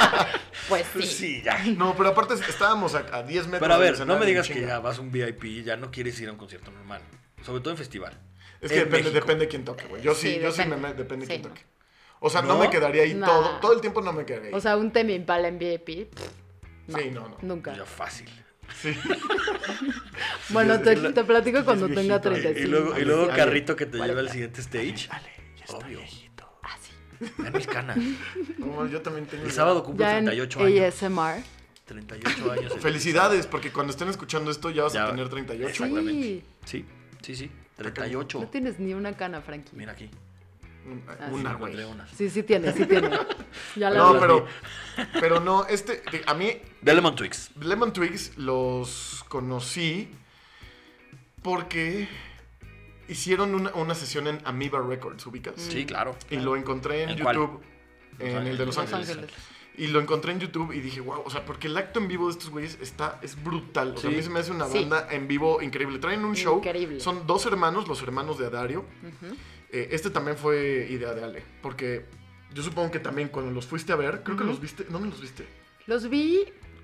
Speaker 3: Pues sí.
Speaker 2: Pues sí, ya.
Speaker 1: no, pero aparte estábamos a, a 10 metros.
Speaker 2: Pero a
Speaker 1: del
Speaker 2: ver, no
Speaker 1: escenario,
Speaker 2: me digas que
Speaker 1: chinga.
Speaker 2: ya vas a un VIP, ya no quieres ir a un concierto normal. Sobre todo en festival.
Speaker 1: Es que
Speaker 2: En
Speaker 1: depende,
Speaker 2: México.
Speaker 1: depende quién toque, güey. Yo sí,
Speaker 3: Sí,
Speaker 1: yo sí me
Speaker 3: depende.
Speaker 1: me- depende
Speaker 3: Sí,
Speaker 1: quién
Speaker 3: no.
Speaker 1: toque. O sea, no,
Speaker 2: ¿No?
Speaker 1: me quedaría ahí
Speaker 3: Nah.
Speaker 1: todo. Todo el tiempo no me quedaría ahí.
Speaker 3: O sea, un Temi Impala en VIP. pff,
Speaker 1: sí, no, no.
Speaker 3: nunca.
Speaker 2: Ya fácil.
Speaker 1: Sí.
Speaker 3: bueno,
Speaker 1: es-
Speaker 3: te,
Speaker 1: es la-
Speaker 3: te platico
Speaker 1: es
Speaker 3: cuando
Speaker 1: viejito.
Speaker 3: tenga
Speaker 1: Y- y
Speaker 2: Y,
Speaker 3: 35.
Speaker 2: luego, y luego
Speaker 1: Ale,
Speaker 2: carrito que te
Speaker 3: Vale.
Speaker 2: lleva al siguiente stage.
Speaker 1: Ale, ya está
Speaker 2: Obvio.
Speaker 1: viejito.
Speaker 3: Ah, sí.
Speaker 2: Vean mis canas.
Speaker 1: No, yo también tengo.
Speaker 2: El sábado cumplo
Speaker 3: Ya en
Speaker 2: 38 años.
Speaker 3: ASMR.
Speaker 2: 38 años. el-
Speaker 1: Felicidades, porque cuando estén escuchando esto ya vas a
Speaker 2: Ya.
Speaker 1: tener 38.
Speaker 2: Exacto. Exactamente.
Speaker 3: Sí.
Speaker 2: Sí, sí, sí.
Speaker 3: No
Speaker 2: 38.
Speaker 3: tienes ni una cana, Frankie.
Speaker 2: Mira aquí.
Speaker 1: Un-
Speaker 3: Ah, sí.
Speaker 1: Una,
Speaker 2: Me
Speaker 1: güey.
Speaker 2: encontré una.
Speaker 3: Sí, sí tiene, sí tiene. Ya la
Speaker 1: No,
Speaker 3: vi.
Speaker 1: pero, pero no, este, te- a mí
Speaker 2: De Lemon Twigs.
Speaker 1: Lemon Twigs los conocí porque hicieron una, una sesión en Amoeba Records,
Speaker 3: Mm.
Speaker 1: ubicas.
Speaker 2: Sí, claro.
Speaker 1: Y lo encontré en
Speaker 2: ¿En cuál?
Speaker 1: YouTube, en el de Los
Speaker 3: Los
Speaker 1: Ángeles.
Speaker 3: Ángeles.
Speaker 1: Y lo encontré en YouTube y dije, wow, o sea, porque el acto en vivo de estos güeyes está, es brutal. O sea,
Speaker 2: Sí.
Speaker 1: a mí se me hace una
Speaker 3: Sí.
Speaker 1: banda en vivo increíble. Traen un show.
Speaker 3: Increíble.
Speaker 1: Son dos hermanos, los hermanos de Adario.
Speaker 3: Ujú.
Speaker 1: Eh, este también fue idea de Ale, porque yo supongo que también cuando los fuiste a ver, creo que
Speaker 3: Ujú.
Speaker 1: los viste, no me los viste,
Speaker 3: Los vi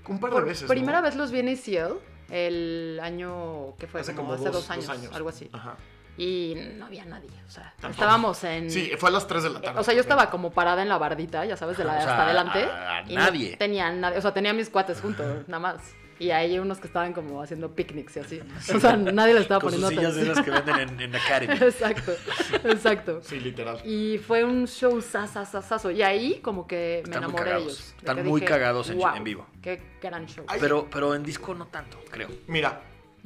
Speaker 1: un par
Speaker 3: por
Speaker 1: de veces.
Speaker 3: primera
Speaker 1: ¿no?
Speaker 3: vez los vi en ACL el año que fue
Speaker 1: Hace
Speaker 3: como,
Speaker 1: como
Speaker 3: hace
Speaker 1: dos-
Speaker 3: dos,
Speaker 1: dos
Speaker 3: años,
Speaker 1: años.
Speaker 3: algo así.
Speaker 2: Ah.
Speaker 1: Ajá.
Speaker 3: Y no había nadie, o sea,
Speaker 1: Tampoco.
Speaker 3: estábamos en
Speaker 1: Sí, fue a las 3 de la
Speaker 3: eh,
Speaker 1: tarde.
Speaker 3: o sea, yo estaba como parada en la bardita, ya sabes, de la
Speaker 2: O
Speaker 3: de
Speaker 2: sea,
Speaker 3: hasta adelante.
Speaker 2: a- a
Speaker 3: y
Speaker 2: nadie.
Speaker 3: No tenía nadie, o sea, tenía mis cuates juntos, nada más. Y ahí unos que estaban como haciendo picnics y así. O sea, nadie le estaba
Speaker 2: Con sus
Speaker 3: poniendo
Speaker 2: sillas de
Speaker 3: atención.
Speaker 2: esas que venden en, en Academy.
Speaker 3: exacto, exacto.
Speaker 1: Sí, literal.
Speaker 3: Y fue un show sasasasaso. Y ahí como que me
Speaker 2: Están muy
Speaker 3: enamoré de
Speaker 2: cagados.
Speaker 3: ellos. de
Speaker 2: Están
Speaker 3: que
Speaker 2: muy cagados en-
Speaker 3: "Guau,
Speaker 2: en vivo".
Speaker 3: Qué gran show.
Speaker 1: Ay.
Speaker 2: Pero, pero en disco no tanto, creo.
Speaker 1: Mira,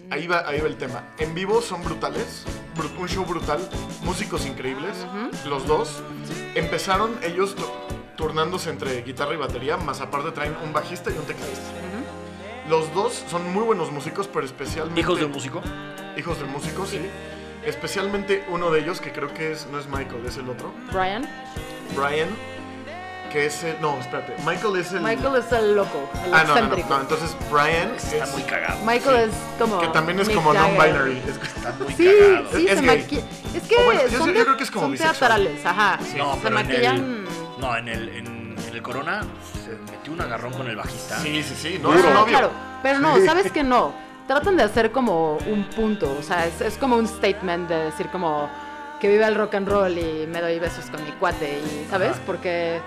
Speaker 3: Mm.
Speaker 1: ahí va, ahí va el tema. En vivo son brutales, bru- un show brutal, músicos increíbles, los dos. Empezaron ellos tu- turnándose entre guitarra y batería, más aparte traen un bajista y un tecladista. Los dos son muy buenos músicos, pero especialmente...
Speaker 2: Hijos de un músico.
Speaker 1: Hijos de músicos, sí. Especialmente uno de ellos, que creo que es, no es Michael, es el otro.
Speaker 3: Brian,
Speaker 1: Brian, que es el... No, espérate. Michael es el...
Speaker 3: Michael es el loco, el
Speaker 1: Ah, no, no, no,
Speaker 3: excéntrico.
Speaker 1: no, Entonces Brian
Speaker 2: Está
Speaker 1: es-
Speaker 2: muy cagado.
Speaker 1: sí,
Speaker 3: Michael es como.
Speaker 1: que también es
Speaker 3: Mick
Speaker 1: como
Speaker 3: Jagger.
Speaker 1: non-binary. Es que
Speaker 2: Está muy
Speaker 3: Sí,
Speaker 2: cagado.
Speaker 3: sí,
Speaker 1: Es
Speaker 3: se
Speaker 1: gay.
Speaker 3: maquilla. Es que
Speaker 1: O bueno, yo-
Speaker 3: son,
Speaker 1: yo
Speaker 3: de-
Speaker 1: creo que es como
Speaker 3: son
Speaker 1: bisexual.
Speaker 3: teatrales, ajá.
Speaker 2: No,
Speaker 3: se
Speaker 2: pero en
Speaker 3: maquillan.
Speaker 2: el, no, en el, en, en el Corona se metió un agarrón con el bajista.
Speaker 1: Sí, sí, sí. No
Speaker 2: Duro.
Speaker 1: es su
Speaker 3: Ah,
Speaker 1: novio.
Speaker 3: claro, pero no, sabes que no. Tratan de hacer como un punto, o sea, es, es como un statement de decir como que vive el rock and roll y me doy besos con mi cuate y sabes
Speaker 2: Ajá.
Speaker 3: porque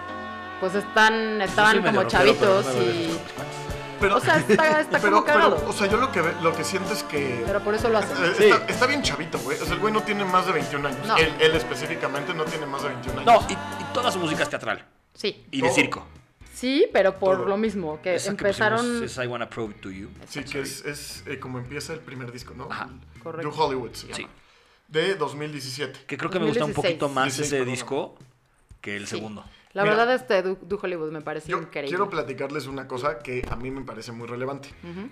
Speaker 3: pues están
Speaker 2: Yo soy
Speaker 3: estaban
Speaker 2: medio
Speaker 3: como
Speaker 2: rockero, pero
Speaker 3: chavitos
Speaker 2: no me doy
Speaker 3: y
Speaker 2: besos con mis cuates.
Speaker 1: Pero,
Speaker 3: o sea está, está
Speaker 1: pero,
Speaker 3: como cagado,
Speaker 1: pero, o sea, yo lo que, ve- lo que siento es que...
Speaker 3: pero por eso lo hacen.
Speaker 1: eh,
Speaker 2: Sí.
Speaker 1: Está, está bien chavito, güey. O sea, el güey no tiene más de 21 años.
Speaker 3: No.
Speaker 1: Él, él específicamente no tiene más de 21 años.
Speaker 2: No, y, y toda su música es teatral
Speaker 3: Sí,
Speaker 2: y de
Speaker 1: Todo.
Speaker 2: circo.
Speaker 3: sí, pero por
Speaker 1: Todo.
Speaker 3: lo mismo que
Speaker 2: Esa que
Speaker 3: Eh, empezaron.
Speaker 2: pusimos es I Wanna Prove to You.
Speaker 1: Sí, que es, es eh, como empieza el primer disco, ¿no?
Speaker 2: Ajá.
Speaker 3: Correcto.
Speaker 1: Do Hollywood se
Speaker 2: Sí.
Speaker 1: llama. De 2017.
Speaker 2: Que creo que me gusta un
Speaker 3: 2016.
Speaker 2: poquito más
Speaker 1: 16,
Speaker 2: ese
Speaker 1: perdón.
Speaker 2: disco que el
Speaker 3: Sí.
Speaker 2: segundo.
Speaker 3: La
Speaker 1: Mira.
Speaker 3: verdad este du, Du Hollywood me parece
Speaker 1: Yo
Speaker 3: increíble.
Speaker 1: quiero platicarles una cosa que a mí me parece muy relevante.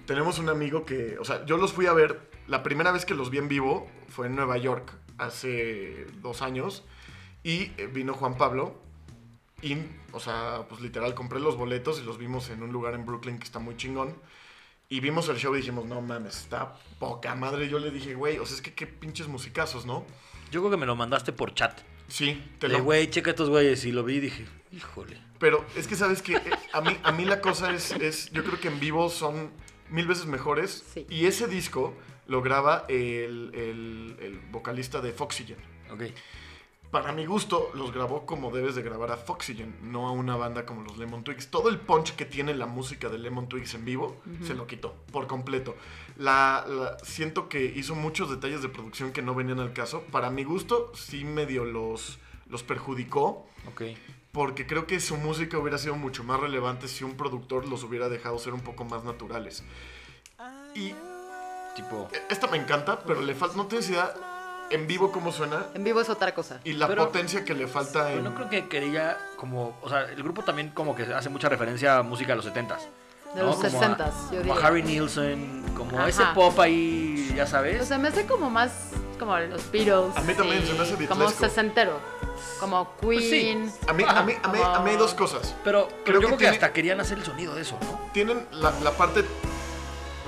Speaker 1: Tenemos un amigo que, o sea, yo los fui a ver, la primera vez que los vi en vivo fue en Nueva York, hace dos años, y eh, vino Juan Pablo, y, o sea, pues literal, compré los boletos y los vimos en un lugar en Brooklyn que está muy chingón. Y vimos el show y dijimos, no mames, está poca madre. Yo le dije, güey, o sea, es que qué pinches musicazos, ¿no?
Speaker 2: Yo creo que me lo mandaste por chat.
Speaker 1: Sí, te
Speaker 2: De
Speaker 1: lo
Speaker 2: güey, checa estos güeyes. Y lo vi y dije, híjole.
Speaker 1: Pero es que sabes que a mí, a mí la cosa es, es, yo creo que en vivo son mil veces mejores.
Speaker 3: Sí.
Speaker 1: Y ese disco lo graba el, el- el vocalista de Foxygen.
Speaker 2: Ok.
Speaker 1: Para mi gusto, los grabó como debes de grabar a Foxygen, no a una banda como los Lemon Twigs. Todo el punch que tiene la música de Lemon Twigs en vivo se lo quitó por completo. La, la- siento que hizo muchos detalles de producción que no venían al caso. Para mi gusto, sí medio los, los perjudicó
Speaker 2: Ok.
Speaker 1: porque creo que su música hubiera sido mucho más relevante si un productor los hubiera dejado ser un poco más naturales. Y
Speaker 2: Tipo.
Speaker 1: esta me encanta, pero le falta, no tienes idea en vivo cómo suena
Speaker 3: En vivo es otra cosa.
Speaker 1: y la
Speaker 2: Pero-
Speaker 1: potencia que le falta en...
Speaker 2: Bueno, creo que quería como, o sea, el grupo también como que hace mucha referencia a música de los 70s.
Speaker 3: De
Speaker 2: ¿no?
Speaker 3: los
Speaker 2: Como a-
Speaker 3: 60s, yo
Speaker 2: Como a
Speaker 3: diría.
Speaker 2: Harry Nilsson, como
Speaker 3: Ajá.
Speaker 2: ese pop ahí, ya sabes.
Speaker 3: O sea, me hace como más como los Beatles.
Speaker 1: A mí también
Speaker 3: y
Speaker 1: se me hace
Speaker 3: Como
Speaker 1: Beatlesco.
Speaker 3: sesentero. Como
Speaker 2: Pues sí.
Speaker 3: Queen.
Speaker 1: A mí, a mí, a mí- a mí hay dos
Speaker 2: Ah.
Speaker 1: cosas.
Speaker 2: Pero, pero
Speaker 1: Creo
Speaker 2: yo
Speaker 1: que
Speaker 2: creo que
Speaker 1: tiene-
Speaker 2: hasta querían hacer el sonido de eso, ¿no?
Speaker 1: Tienen la, la parte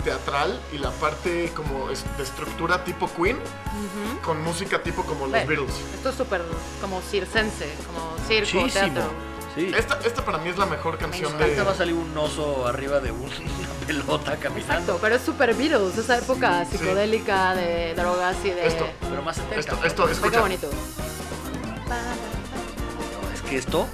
Speaker 1: teatral y la parte como es- de estructura tipo Queen
Speaker 3: Ujú.
Speaker 1: con música tipo como los
Speaker 3: Sí.
Speaker 1: Beatles.
Speaker 3: Esto es súper como circense, como circo, teatro.
Speaker 2: Sí.
Speaker 1: Esta, esta para mí es la mejor canción de...
Speaker 2: Ahorita va a salir un oso arriba de un- una pelota caminando.
Speaker 3: Exacto, pero es super Beatles, esa época
Speaker 1: Sí, sí.
Speaker 3: psicodélica de drogas y de...
Speaker 1: Esto.
Speaker 2: Pero más cerca.
Speaker 1: Esto, esto,
Speaker 3: Está
Speaker 1: escucha.
Speaker 3: bonito.
Speaker 2: No, es que esto.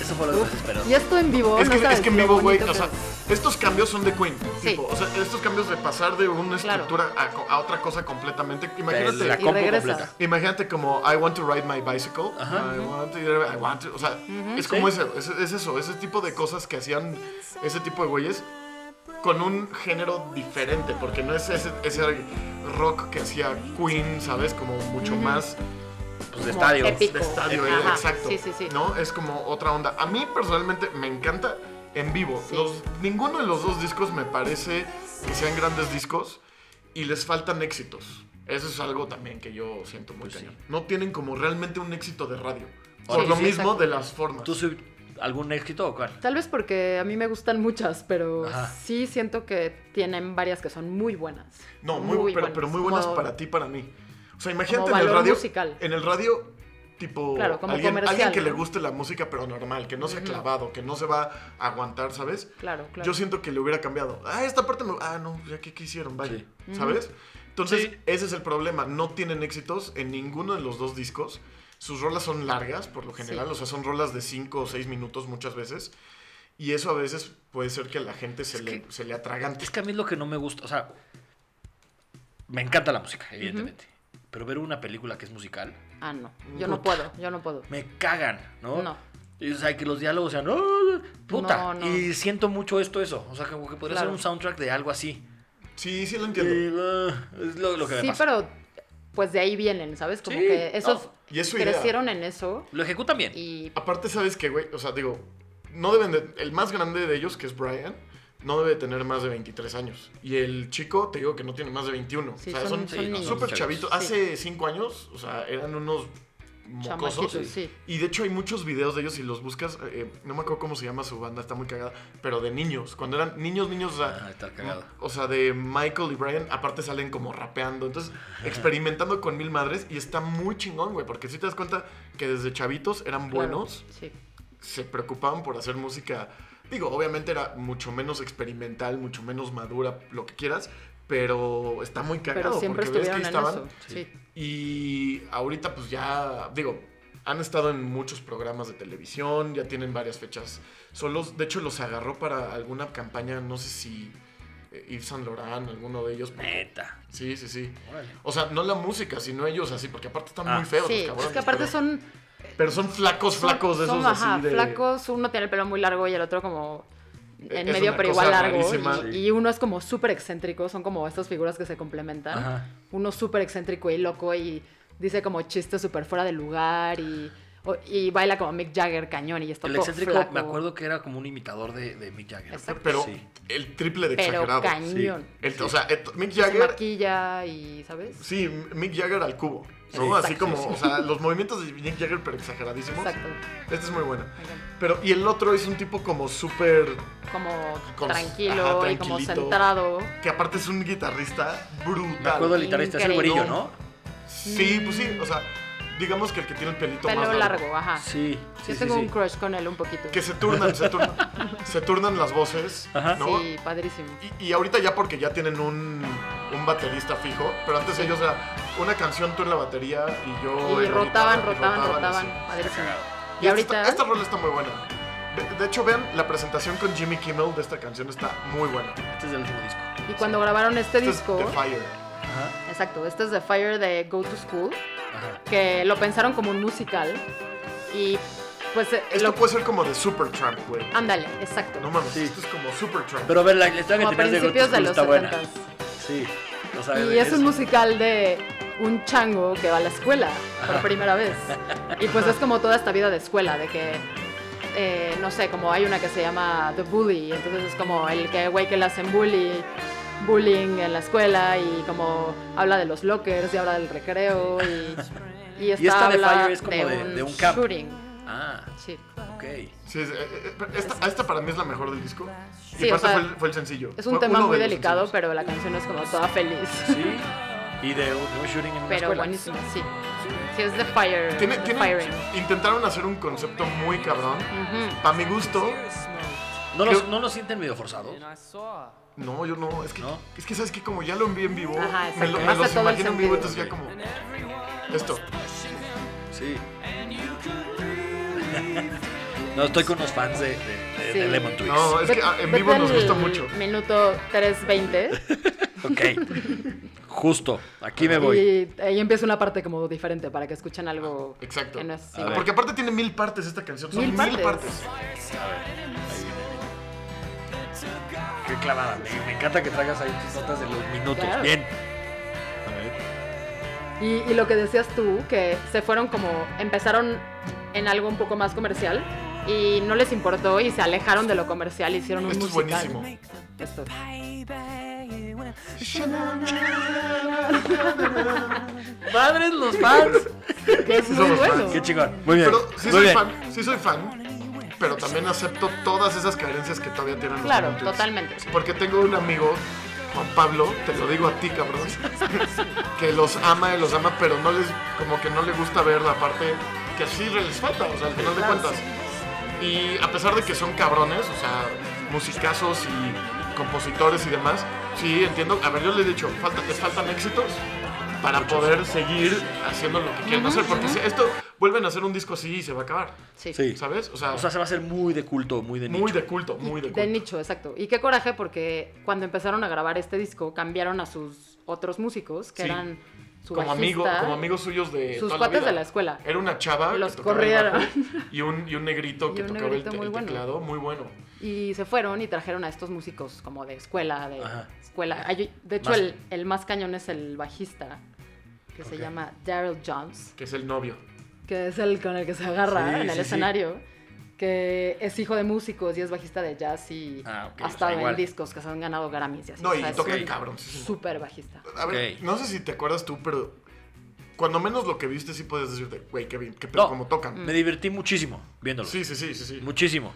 Speaker 2: Eso fue lo
Speaker 3: Uf,
Speaker 2: desesperado.
Speaker 3: Y esto en vivo,
Speaker 1: Es
Speaker 3: no
Speaker 1: que,
Speaker 3: sabes
Speaker 1: es que en
Speaker 3: lo
Speaker 1: vivo, güey,
Speaker 3: bonito
Speaker 1: o
Speaker 3: que
Speaker 1: sea,
Speaker 3: es.
Speaker 1: estos cambios son de Queen.
Speaker 3: Sí.
Speaker 1: Tipo, o sea, estos cambios de pasar de una
Speaker 3: Claro.
Speaker 1: estructura a co- a, otra cosa completamente. Imagínate,
Speaker 2: Pues La
Speaker 3: Y
Speaker 2: compu
Speaker 3: regresas.
Speaker 2: completa.
Speaker 1: imagínate como I want to ride my bicycle.
Speaker 2: Ajá.
Speaker 1: I want to, I want to", o sea, es como
Speaker 2: Sí.
Speaker 1: ese, es, es eso, ese tipo de cosas que hacían ese tipo de güeyes con un género diferente, porque no es ese, ese rock que hacía Queen, ¿sabes? Como mucho más
Speaker 2: Pues de
Speaker 3: Como
Speaker 2: estadio.
Speaker 3: épico.
Speaker 1: de estadio,
Speaker 3: Ajá,
Speaker 1: eh, exacto.
Speaker 3: sí, sí, sí.
Speaker 1: ¿No? Es como otra onda. A mí personalmente me encanta en vivo.
Speaker 3: Sí.
Speaker 1: Los- ninguno de los dos discos me parece que sean grandes discos y les faltan éxitos. Eso es algo también que yo siento muy
Speaker 2: Pues sí.
Speaker 1: cañón. No tienen como realmente un éxito de radio.
Speaker 2: Ahora,
Speaker 1: Por lo
Speaker 3: sí,
Speaker 1: mismo
Speaker 3: exacto.
Speaker 1: de las formas.
Speaker 2: ¿Tú sub- algún éxito o cuál?
Speaker 3: Tal vez porque a mí me gustan muchas, pero
Speaker 2: Ajá.
Speaker 3: sí siento que tienen varias que son muy buenas.
Speaker 1: no, muy, bu- pero, pero muy buenas
Speaker 3: como-
Speaker 1: para ti, para mí. O sea, imagínate
Speaker 3: como
Speaker 1: en el
Speaker 3: valor
Speaker 1: radio.
Speaker 3: musical.
Speaker 1: En el radio, tipo.
Speaker 3: Claro, como
Speaker 1: alguien,
Speaker 3: comercial,
Speaker 1: alguien que le
Speaker 3: ¿no?
Speaker 1: guste la música, pero normal, que no sea clavado, que no se va a aguantar, ¿sabes?
Speaker 3: Claro, claro.
Speaker 1: Yo siento que le hubiera cambiado. Ah, esta parte me... Ah, no, ya que qué hicieron, vaya. ¿Sabes? Entonces,
Speaker 2: Sí.
Speaker 1: ese es el problema. No tienen éxitos en ninguno de los dos discos. Sus rolas son largas, por lo general.
Speaker 3: Sí.
Speaker 1: O sea, son rolas de 5 o 6 minutos muchas veces. Y eso a veces puede ser que a la gente se,
Speaker 2: Es
Speaker 1: le,
Speaker 2: que-
Speaker 1: se le atragante.
Speaker 2: Es que a mí es lo que no me gusta. O sea, me encanta la música, evidentemente. Pero ver una película que es musical,
Speaker 3: Ah, no. Yo no
Speaker 2: Puta.
Speaker 3: puedo, yo no puedo.
Speaker 2: me cagan, ¿no?
Speaker 3: No.
Speaker 2: Y, o sea, que los diálogos sean. "Ah, puta.
Speaker 3: No, no.
Speaker 2: Y siento mucho esto, eso. O sea, como que podría
Speaker 3: Claro.
Speaker 2: ser un soundtrack de algo así.
Speaker 1: Sí, sí lo
Speaker 2: Y,
Speaker 1: entiendo.
Speaker 2: ah, es lo, lo que me
Speaker 3: Sí,
Speaker 2: pasa.
Speaker 3: pero pues de ahí vienen, ¿sabes? Como
Speaker 2: Sí,
Speaker 3: que esos
Speaker 2: no.
Speaker 1: Ah, Y es su idea. Ah,
Speaker 3: crecieron en eso
Speaker 2: Lo ejecutan bien.
Speaker 3: y
Speaker 1: Aparte, ¿sabes qué, güey? O sea, digo, no deben de... El más grande de ellos, que es Brian, no debe tener más de 23 años. Y el chico, te digo que no tiene más de 21.
Speaker 3: Sí,
Speaker 1: o sea,
Speaker 3: son-
Speaker 1: son,
Speaker 2: Sí, no,
Speaker 3: niños.
Speaker 1: Súper
Speaker 2: chavitos.
Speaker 1: chavitos. Hace cinco años, o sea, eran unos mocosos.
Speaker 3: chamaquitos, sí.
Speaker 1: Y de hecho hay muchos videos de ellos y los buscas, eh, no me acuerdo cómo se llama su banda, está muy cagada, pero de niños, cuando eran niños, niños, o sea,
Speaker 2: Ah, está cagado.
Speaker 1: o sea, de Michael y Brian, aparte salen como rapeando, entonces experimentando con mil madres y está muy chingón, güey, porque si te das cuenta que desde chavitos eran
Speaker 3: Claro,
Speaker 1: buenos,
Speaker 3: Sí.
Speaker 1: se preocupaban por hacer música, digo, obviamente era mucho menos experimental, mucho menos madura, lo que quieras, pero está muy cagado.
Speaker 3: Pero siempre
Speaker 1: porque ves que
Speaker 3: estuvieron en
Speaker 1: estaban,
Speaker 3: eso. Sí.
Speaker 1: y ahorita pues ya, digo, han estado en muchos programas de televisión, ya tienen varias fechas solos. De hecho, los agarró para alguna campaña, no sé si eh, Yves Saint Laurent, alguno de ellos. porque-
Speaker 2: Neta.
Speaker 1: Sí, sí, sí.
Speaker 2: Órale.
Speaker 1: O sea, no la música, sino ellos así, porque aparte están
Speaker 2: Ah.
Speaker 1: muy feos
Speaker 3: Sí,
Speaker 1: los cabrones.
Speaker 3: es que aparte
Speaker 1: pero,
Speaker 3: son
Speaker 1: Pero son flacos, flacos de esos
Speaker 3: son, ajá,
Speaker 1: así de...
Speaker 3: flacos, uno tiene el pelo muy largo y el otro como en
Speaker 1: Es
Speaker 3: medio
Speaker 1: una
Speaker 3: pero
Speaker 1: cosa
Speaker 3: igual largo
Speaker 1: rarísima.
Speaker 3: y, y uno es como súper excéntrico, son como estas figuras que se complementan.
Speaker 2: Ajá.
Speaker 3: Uno súper excéntrico y loco y dice como chistes súper fuera de lugar y, o- y baila como Mick Jagger cañón y está
Speaker 2: El
Speaker 3: todo
Speaker 2: excéntrico,
Speaker 3: flaco,
Speaker 2: me acuerdo que era como un imitador de, de Mick Jagger.
Speaker 3: Exacto.
Speaker 1: Pero
Speaker 2: Sí.
Speaker 1: el triple de
Speaker 3: pero
Speaker 1: exagerado.
Speaker 3: cañón.
Speaker 1: El- o sea, et- Mick
Speaker 3: Se
Speaker 1: Jagger
Speaker 3: maquilla y, ¿sabes?
Speaker 1: Sí, Mick Jagger al cubo. ¿no?
Speaker 2: Sí.
Speaker 1: Así
Speaker 2: Exacto,
Speaker 1: como,
Speaker 2: sí.
Speaker 1: o sea, los movimientos de Mick Jagger, pero exageradísimos.
Speaker 3: Exacto.
Speaker 1: Este es muy bueno.
Speaker 3: Oigan,
Speaker 1: Pero, y el otro es un tipo como súper.
Speaker 3: Como
Speaker 1: Con-
Speaker 3: tranquilo
Speaker 1: ajá,
Speaker 3: y como
Speaker 1: tranquilito.
Speaker 3: centrado.
Speaker 1: que aparte es un guitarrista brutal.
Speaker 2: Me acuerdo del guitarrista, es el
Speaker 3: Increíble.
Speaker 2: güerillo, ¿no?
Speaker 1: Sí, pues sí, o sea, digamos que el que tiene el pelito
Speaker 3: Pelo
Speaker 1: más
Speaker 3: largo, ajá.
Speaker 2: Sí. sí,
Speaker 3: Yo
Speaker 2: sí,
Speaker 3: tengo
Speaker 2: sí.
Speaker 3: un crush con él un poquito.
Speaker 1: Que se turnan, se turnan. se turnan las voces,
Speaker 2: Ajá.
Speaker 1: ¿no?
Speaker 3: Sí, padrísimo.
Speaker 1: Y, y ahorita ya porque ya tienen un, un baterista fijo, pero antes ellos era una canción tú en la batería y yo...
Speaker 3: Y
Speaker 1: en la guitarra,
Speaker 3: rotaban,
Speaker 1: y
Speaker 3: rotaban,
Speaker 1: así.
Speaker 3: rotaban. Padrísimo.
Speaker 1: Y
Speaker 3: Y
Speaker 1: esta
Speaker 3: ahorita.
Speaker 1: está- esta rola está muy buena. De, de hecho, vean, la presentación con Jimmy Kimmel de esta canción está muy buena.
Speaker 2: Este es del último disco.
Speaker 3: Y cuando grabaron este
Speaker 1: Este es
Speaker 3: disco,
Speaker 1: The Fire.
Speaker 2: Ajá.
Speaker 3: exacto, este es The Fire de Go to School,
Speaker 2: Ajá.
Speaker 3: que lo pensaron como un musical y pues eh,
Speaker 1: Esto
Speaker 3: lo
Speaker 1: puede ser como de Supertramp, güey.
Speaker 3: ándale, exacto.
Speaker 1: No mames,
Speaker 2: Sí.
Speaker 1: esto es como Supertramp.
Speaker 2: Pero a ver, la la historia
Speaker 3: como
Speaker 2: que
Speaker 3: a
Speaker 2: tenías de Got
Speaker 3: principios de
Speaker 2: School
Speaker 3: los
Speaker 2: está buena.
Speaker 3: 70s.
Speaker 2: Sí. O sea,
Speaker 3: Y es un musical de un chango que va a la escuela por primera vez. Y pues es como toda esta vida de escuela, de que, eh, no sé, como hay una que se llama The Bully, entonces es como el que, güey que le hacen bully bullying en la escuela y como habla de los lockers y habla del recreo y, y esta,
Speaker 2: Y esta de
Speaker 3: habla
Speaker 2: Fire es como de- de un camp.
Speaker 3: shooting.
Speaker 2: Ah,
Speaker 3: Sí.
Speaker 2: ok.
Speaker 1: Sí, es- eh, eh, esta, esta para mí es la mejor del disco. Y
Speaker 3: Sí, o
Speaker 1: aparte
Speaker 3: sea,
Speaker 1: fue, el, fue el sencillo.
Speaker 3: Es un
Speaker 1: Fue
Speaker 3: tema
Speaker 1: uno de
Speaker 3: muy
Speaker 1: los
Speaker 3: delicado,
Speaker 1: sencillos.
Speaker 3: pero la canción es como toda feliz.
Speaker 2: Sí. Y de, un- de un shooting en una
Speaker 3: Pero
Speaker 2: escuela.
Speaker 3: buenísima, sí. Sí, es The Fire.
Speaker 1: Tiene-
Speaker 3: The
Speaker 1: tiene-
Speaker 3: Firing. Mm.
Speaker 1: intentaron hacer un concepto muy cabrón.
Speaker 3: Ujú.
Speaker 1: Para mi gusto,
Speaker 2: ¿No, los-
Speaker 1: Creo-
Speaker 2: ¿No lo sienten medio forzados?
Speaker 1: no, yo no. Es que,
Speaker 2: ¿No?
Speaker 1: es que sabes que como ya lo vi en vivo,
Speaker 3: Ajá,
Speaker 1: me lo, me
Speaker 3: exacto.
Speaker 1: los
Speaker 3: Hace todo el
Speaker 1: imagino en vivo,
Speaker 3: sentido.
Speaker 1: entonces ya como. Esto.
Speaker 2: Pues, Sí. no, estoy con los fans de, de, de- de
Speaker 3: Sí.
Speaker 2: Lemon Twigs.
Speaker 1: No, es que
Speaker 3: Ve-
Speaker 1: ah, en
Speaker 3: vete
Speaker 1: vivo nos
Speaker 3: al
Speaker 1: gusta mucho.
Speaker 3: Minuto 3.20
Speaker 2: Ok. Justo. Aquí me voy.
Speaker 3: y ahí empieza una parte como diferente para que escuchen algo
Speaker 1: Exacto.
Speaker 3: que no es
Speaker 2: A
Speaker 3: igual.
Speaker 2: ver.
Speaker 1: Porque aparte tiene mil partes esta canción. Son
Speaker 3: Mil
Speaker 1: mil,
Speaker 3: partes.
Speaker 1: partes.
Speaker 2: Qué clavada. Me, me encanta que traigas ahí tus notas de los minutos.
Speaker 3: Claro.
Speaker 2: Bien. A ver.
Speaker 3: Y, y lo que decías tú, que se fueron como, empezaron en algo un poco más comercial y no les importó y se alejaron de lo comercial, hicieron un
Speaker 1: Esto es
Speaker 3: musical.
Speaker 1: buenísimo.
Speaker 3: Esto.
Speaker 2: Padres los fans.
Speaker 3: Que es muy
Speaker 1: Somos
Speaker 3: bueno.
Speaker 1: fans.
Speaker 2: Qué chingón. Muy bien.
Speaker 1: Pero sí
Speaker 2: Muy
Speaker 1: soy
Speaker 2: bien.
Speaker 1: fan, sí soy fan, pero también acepto todas esas carencias que todavía tienen los
Speaker 3: Claro,
Speaker 1: Beatles.
Speaker 3: totalmente.
Speaker 1: Porque tengo un amigo, Juan Pablo, te lo digo a ti, cabrón, que los ama y los ama, pero no les, como que no le gusta ver la parte que sí les falta, o sea, al final de
Speaker 3: Claro,
Speaker 1: cuentas. Y a pesar de que son cabrones, o sea, musicazos y compositores y demás, sí entiendo. A ver, yo les he dicho, falta, les faltan éxitos para poder seguir haciendo lo que quieren hacer, porque si esto vuelven a hacer un disco así y se va a acabar,
Speaker 3: Sí.
Speaker 2: Sí.
Speaker 1: ¿sabes? O sea,
Speaker 2: O sea, se va a hacer muy de culto, muy de nicho.
Speaker 1: muy de culto, muy de culto.
Speaker 3: De nicho, exacto. Y qué coraje porque cuando empezaron a grabar este disco cambiaron a sus otros músicos que
Speaker 1: Sí.
Speaker 3: eran su
Speaker 1: como, amigo,
Speaker 3: bajista,
Speaker 1: como amigos suyos de
Speaker 3: sus
Speaker 1: toda
Speaker 3: cuates
Speaker 1: vida.
Speaker 3: de la escuela.
Speaker 1: Era una chava
Speaker 2: Ah,
Speaker 1: que
Speaker 3: Los
Speaker 1: tocaba el
Speaker 3: corrieron.
Speaker 1: bajo y un, y un negrito que
Speaker 3: Y un
Speaker 1: tocaba
Speaker 3: negrito
Speaker 1: el, te-
Speaker 3: muy
Speaker 1: el
Speaker 3: bueno.
Speaker 1: teclado, muy bueno.
Speaker 3: Y se fueron y trajeron a estos músicos como de escuela, de
Speaker 2: Ajá.
Speaker 3: escuela. Hay- de hecho,
Speaker 2: Más-
Speaker 3: el, el más cañón es el bajista, que se
Speaker 2: Ok.
Speaker 3: llama Daryl Jones,
Speaker 1: Que es el novio.
Speaker 3: que es el con el que se
Speaker 2: Sí,
Speaker 3: agarra en el
Speaker 2: sí, sí.
Speaker 3: escenario, que es hijo de músicos y es bajista de jazz y
Speaker 2: Ah, ok,
Speaker 3: ha
Speaker 2: o sea,
Speaker 3: estado
Speaker 2: igual.
Speaker 3: en discos que se han ganado Grammys y así.
Speaker 1: No,
Speaker 3: o
Speaker 1: y
Speaker 3: sea, es
Speaker 1: toca
Speaker 3: un
Speaker 1: el cabrón. sí, sí.
Speaker 3: Súper bajista.
Speaker 1: A ver,
Speaker 2: Ok.
Speaker 1: no sé si te acuerdas tú, pero cuando menos lo que viste sí puedes decirte, güey, qué bien, qué pedo,
Speaker 2: No. Mm.
Speaker 1: cómo tocan.
Speaker 2: Me divertí muchísimo viéndolo.
Speaker 1: Sí, sí, sí, sí, sí.
Speaker 2: Muchísimo.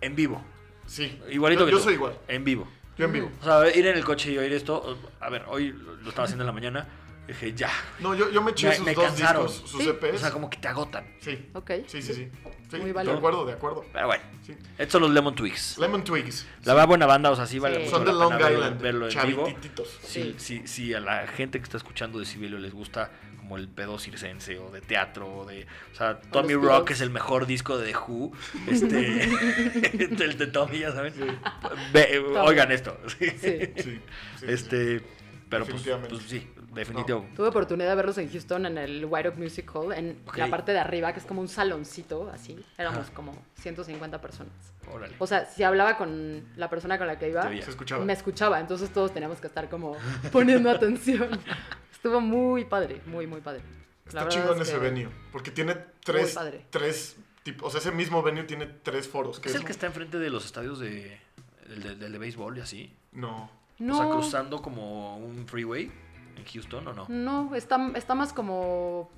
Speaker 2: En vivo.
Speaker 1: sí.
Speaker 2: Igualito
Speaker 1: yo,
Speaker 2: que
Speaker 1: yo
Speaker 2: tú.
Speaker 1: soy igual,
Speaker 2: En vivo.
Speaker 1: yo en
Speaker 3: Mm.
Speaker 1: vivo.
Speaker 2: O sea, ir en el coche y oír esto. A ver, hoy lo lo estaba haciendo en la mañana. Dije, ya.
Speaker 1: No, yo, yo me eché
Speaker 2: Me-
Speaker 1: sus
Speaker 2: me
Speaker 1: dos
Speaker 2: cansaron.
Speaker 1: discos, sus
Speaker 3: Sí.
Speaker 1: EPs.
Speaker 2: O sea, como que te agotan.
Speaker 1: sí.
Speaker 3: Ok.
Speaker 1: sí, sí, sí. Sí,
Speaker 3: Muy
Speaker 1: de
Speaker 3: válido.
Speaker 1: acuerdo, de acuerdo.
Speaker 2: Pero bueno.
Speaker 1: Sí.
Speaker 2: Estos son los Lemon Twigs.
Speaker 1: Lemon Twigs.
Speaker 2: La verdad, buena banda. O sea, sí vale
Speaker 3: Sí.
Speaker 2: mucho
Speaker 1: Son de
Speaker 2: la
Speaker 1: Long
Speaker 2: pena verlo-
Speaker 1: Island,
Speaker 2: verlo en vivo.
Speaker 1: chavititos.
Speaker 2: Si, si, si a la gente que está escuchando de Civilio les gusta como el pedo circense o de teatro o de... O sea, Tommy
Speaker 3: los
Speaker 2: Rock
Speaker 3: Beatles.
Speaker 2: es el mejor disco de The Who. Este, el de Tommy, ya saben. Ve- oigan esto. Sí.
Speaker 3: Sí.
Speaker 1: Sí, sí, sí,
Speaker 2: este, pero pues,
Speaker 1: Definitivamente.
Speaker 2: pues sí, definitivo.
Speaker 3: Tuve oportunidad de verlos en Houston en el White Oak Music Hall, en
Speaker 2: Ok.
Speaker 3: la parte de arriba, que es como un saloncito, así. Éramos como 150 personas.
Speaker 2: Órale.
Speaker 3: O sea, si hablaba con la persona con la que iba,
Speaker 2: Te
Speaker 1: sí.
Speaker 2: veía.
Speaker 1: Se escuchaba.
Speaker 3: me escuchaba, entonces todos teníamos que estar como poniendo atención. Estuvo muy padre, muy, muy padre. La
Speaker 1: Está
Speaker 3: verdad
Speaker 1: chingón
Speaker 3: es
Speaker 1: ese
Speaker 3: que-
Speaker 1: venue. Porque tiene tres.
Speaker 3: padre.
Speaker 1: Tres tipos. O sea, ese mismo venue tiene tres foros. que
Speaker 2: ¿Es el que está enfrente de los estadios de... Del de, del de béisbol y así.
Speaker 1: No.
Speaker 3: No,
Speaker 2: O sea, cruzando como un freeway en Houston o no.
Speaker 3: no está, está más como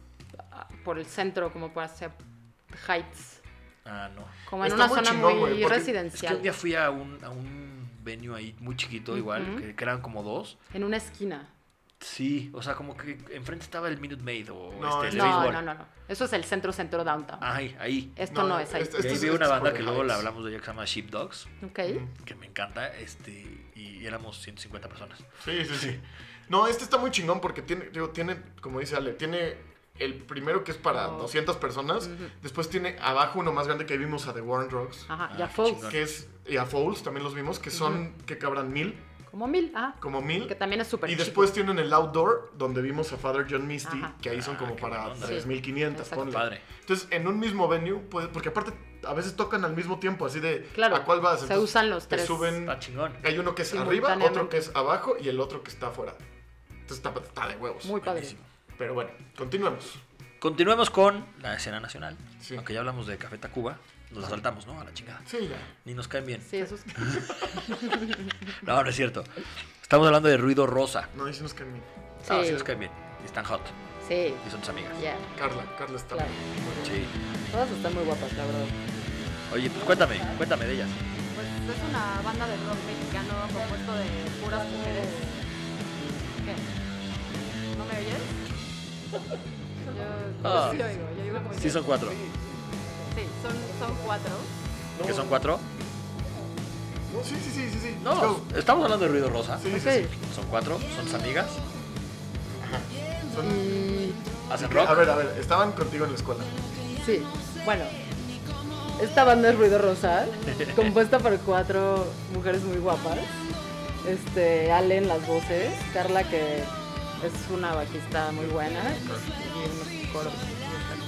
Speaker 3: ah, por el centro, como por hacia Heights,
Speaker 2: Ah, no.
Speaker 3: como en
Speaker 1: Está
Speaker 3: una
Speaker 1: muy
Speaker 3: zona
Speaker 1: chingón, güey,
Speaker 3: muy
Speaker 1: porque
Speaker 2: Es que
Speaker 3: residencial,
Speaker 2: un día fui a un, a un venue ahí muy chiquito igual,
Speaker 3: Ujú.
Speaker 2: que, que eran como dos.
Speaker 3: en una esquina.
Speaker 2: Sí, o sea, como que enfrente estaba el Minute Maid o
Speaker 1: No,
Speaker 2: este, el de
Speaker 3: No,
Speaker 2: béisbol.
Speaker 3: no, no, no. Eso es el centro, centro downtown.
Speaker 2: Ay, ahí.
Speaker 3: Esto no, es ahí.
Speaker 1: Ah, este-
Speaker 2: y
Speaker 1: este
Speaker 2: ahí
Speaker 1: es-
Speaker 2: vi
Speaker 1: este
Speaker 2: una
Speaker 1: es
Speaker 2: banda
Speaker 1: por
Speaker 2: que
Speaker 1: The
Speaker 2: luego la
Speaker 1: Heights.
Speaker 2: hablamos de ella que se llama Sheepdogs,
Speaker 3: Ok.
Speaker 2: que me encanta, este, y éramos 150 personas.
Speaker 1: Sí, sí, sí. No, este está muy chingón porque tiene, digo, tiene, como dice Ale, tiene el primero que es para
Speaker 3: Oh.
Speaker 1: 200 personas.
Speaker 3: Ujú.
Speaker 1: Después tiene abajo uno más grande que ahí vimos a The Warren Drugs.
Speaker 3: Ajá,
Speaker 2: Ah,
Speaker 3: ya
Speaker 2: qué
Speaker 3: Folks.
Speaker 2: chingón.
Speaker 1: Que es, y a Fouls también los vimos, que son, que cabran mil,
Speaker 3: Como mil, ah.
Speaker 1: como mil.
Speaker 3: Que también es súper
Speaker 1: Y
Speaker 3: chico.
Speaker 1: después tienen el outdoor, donde vimos a Father John Misty,
Speaker 3: Ajá.
Speaker 1: que ahí son
Speaker 2: Ah,
Speaker 1: como
Speaker 2: qué
Speaker 1: para
Speaker 2: buena onda.
Speaker 1: 3.500,
Speaker 3: Exacto.
Speaker 1: ponle.
Speaker 2: Padre.
Speaker 1: Entonces, en un mismo venue, pues, porque aparte a veces tocan al mismo tiempo, así de
Speaker 3: Claro,
Speaker 1: a cuál vas.
Speaker 3: se
Speaker 1: Entonces,
Speaker 3: usan los
Speaker 1: te
Speaker 3: tres.
Speaker 1: suben.
Speaker 2: Está chingón.
Speaker 1: Hay uno que es arriba, otro
Speaker 3: Simultáneamente.
Speaker 1: que es abajo y el otro que está afuera. Entonces está, está de huevos.
Speaker 3: Muy padre.
Speaker 2: Buenísimo.
Speaker 1: Pero bueno, continuemos.
Speaker 2: Continuemos con la escena nacional,
Speaker 1: Sí.
Speaker 2: aunque ya hablamos de Café Tacuba. Nos saltamos, ¿no? A la chingada.
Speaker 1: Sí, ya.
Speaker 2: Ni nos caen bien.
Speaker 3: Sí, eso es.
Speaker 2: No, no es cierto. Estamos hablando de ruido rosa.
Speaker 1: No, ahí sí nos caen bien.
Speaker 2: Ah, sí
Speaker 3: Sí.
Speaker 2: nos caen bien. Y están hot.
Speaker 3: Sí,
Speaker 2: Y son tus amigas.
Speaker 3: ya.
Speaker 1: Carla, Carla está
Speaker 3: Claro.
Speaker 2: Sí.
Speaker 3: Todas están muy guapas, la verdad.
Speaker 2: Oye, pues cuéntame, cuéntame de ellas.
Speaker 4: Pues es una banda de rock mexicano compuesto de puras mujeres. ¿Qué? ¿No me oyes? Yo, yo
Speaker 2: Ah.
Speaker 4: sí oigo, yo oigo muy
Speaker 2: Sí,
Speaker 4: bien.
Speaker 2: son cuatro.
Speaker 4: Sí, son, son cuatro.
Speaker 2: ¿Qué son cuatro?
Speaker 1: Sí, sí, sí, sí, sí.
Speaker 2: No,
Speaker 1: Let's go.
Speaker 2: estamos hablando de ruido rosa.
Speaker 1: Sí, sí,
Speaker 3: Ok.
Speaker 1: sí.
Speaker 2: Son cuatro, son tus amigas,
Speaker 3: Mm.
Speaker 1: Son-
Speaker 2: hacen
Speaker 1: A
Speaker 2: rock.
Speaker 1: ver, a ver, estaban contigo en la escuela.
Speaker 3: Sí, bueno. Esta banda es Ruido Rosa, compuesta por cuatro mujeres muy guapas. Este, Ale en las voces, Carla que es una bajista muy buena y unos coros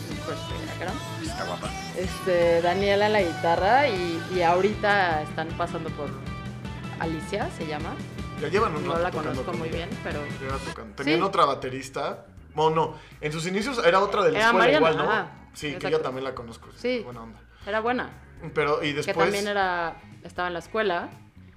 Speaker 3: muy fuertes acá, ¿no?
Speaker 2: Está guapa.
Speaker 3: Este, Daniela en la guitarra y, y ahorita están pasando por Alicia, se llama.
Speaker 1: Ya llevan un
Speaker 3: No
Speaker 1: rato
Speaker 3: la
Speaker 1: tocando
Speaker 3: conozco muy
Speaker 1: conmigo.
Speaker 3: bien, pero
Speaker 1: Lleva tocando. Tenían
Speaker 3: Sí.
Speaker 1: otra baterista. Bueno, no. En sus inicios era otra de la
Speaker 3: Era
Speaker 1: escuela
Speaker 3: Mariana,
Speaker 1: igual, ¿no?
Speaker 3: ajá.
Speaker 1: sí, que
Speaker 3: Exacto.
Speaker 1: ella también la conozco. es
Speaker 3: Sí.
Speaker 1: Buena onda.
Speaker 3: era buena.
Speaker 1: Pero, y después.
Speaker 3: que también era, estaba en la escuela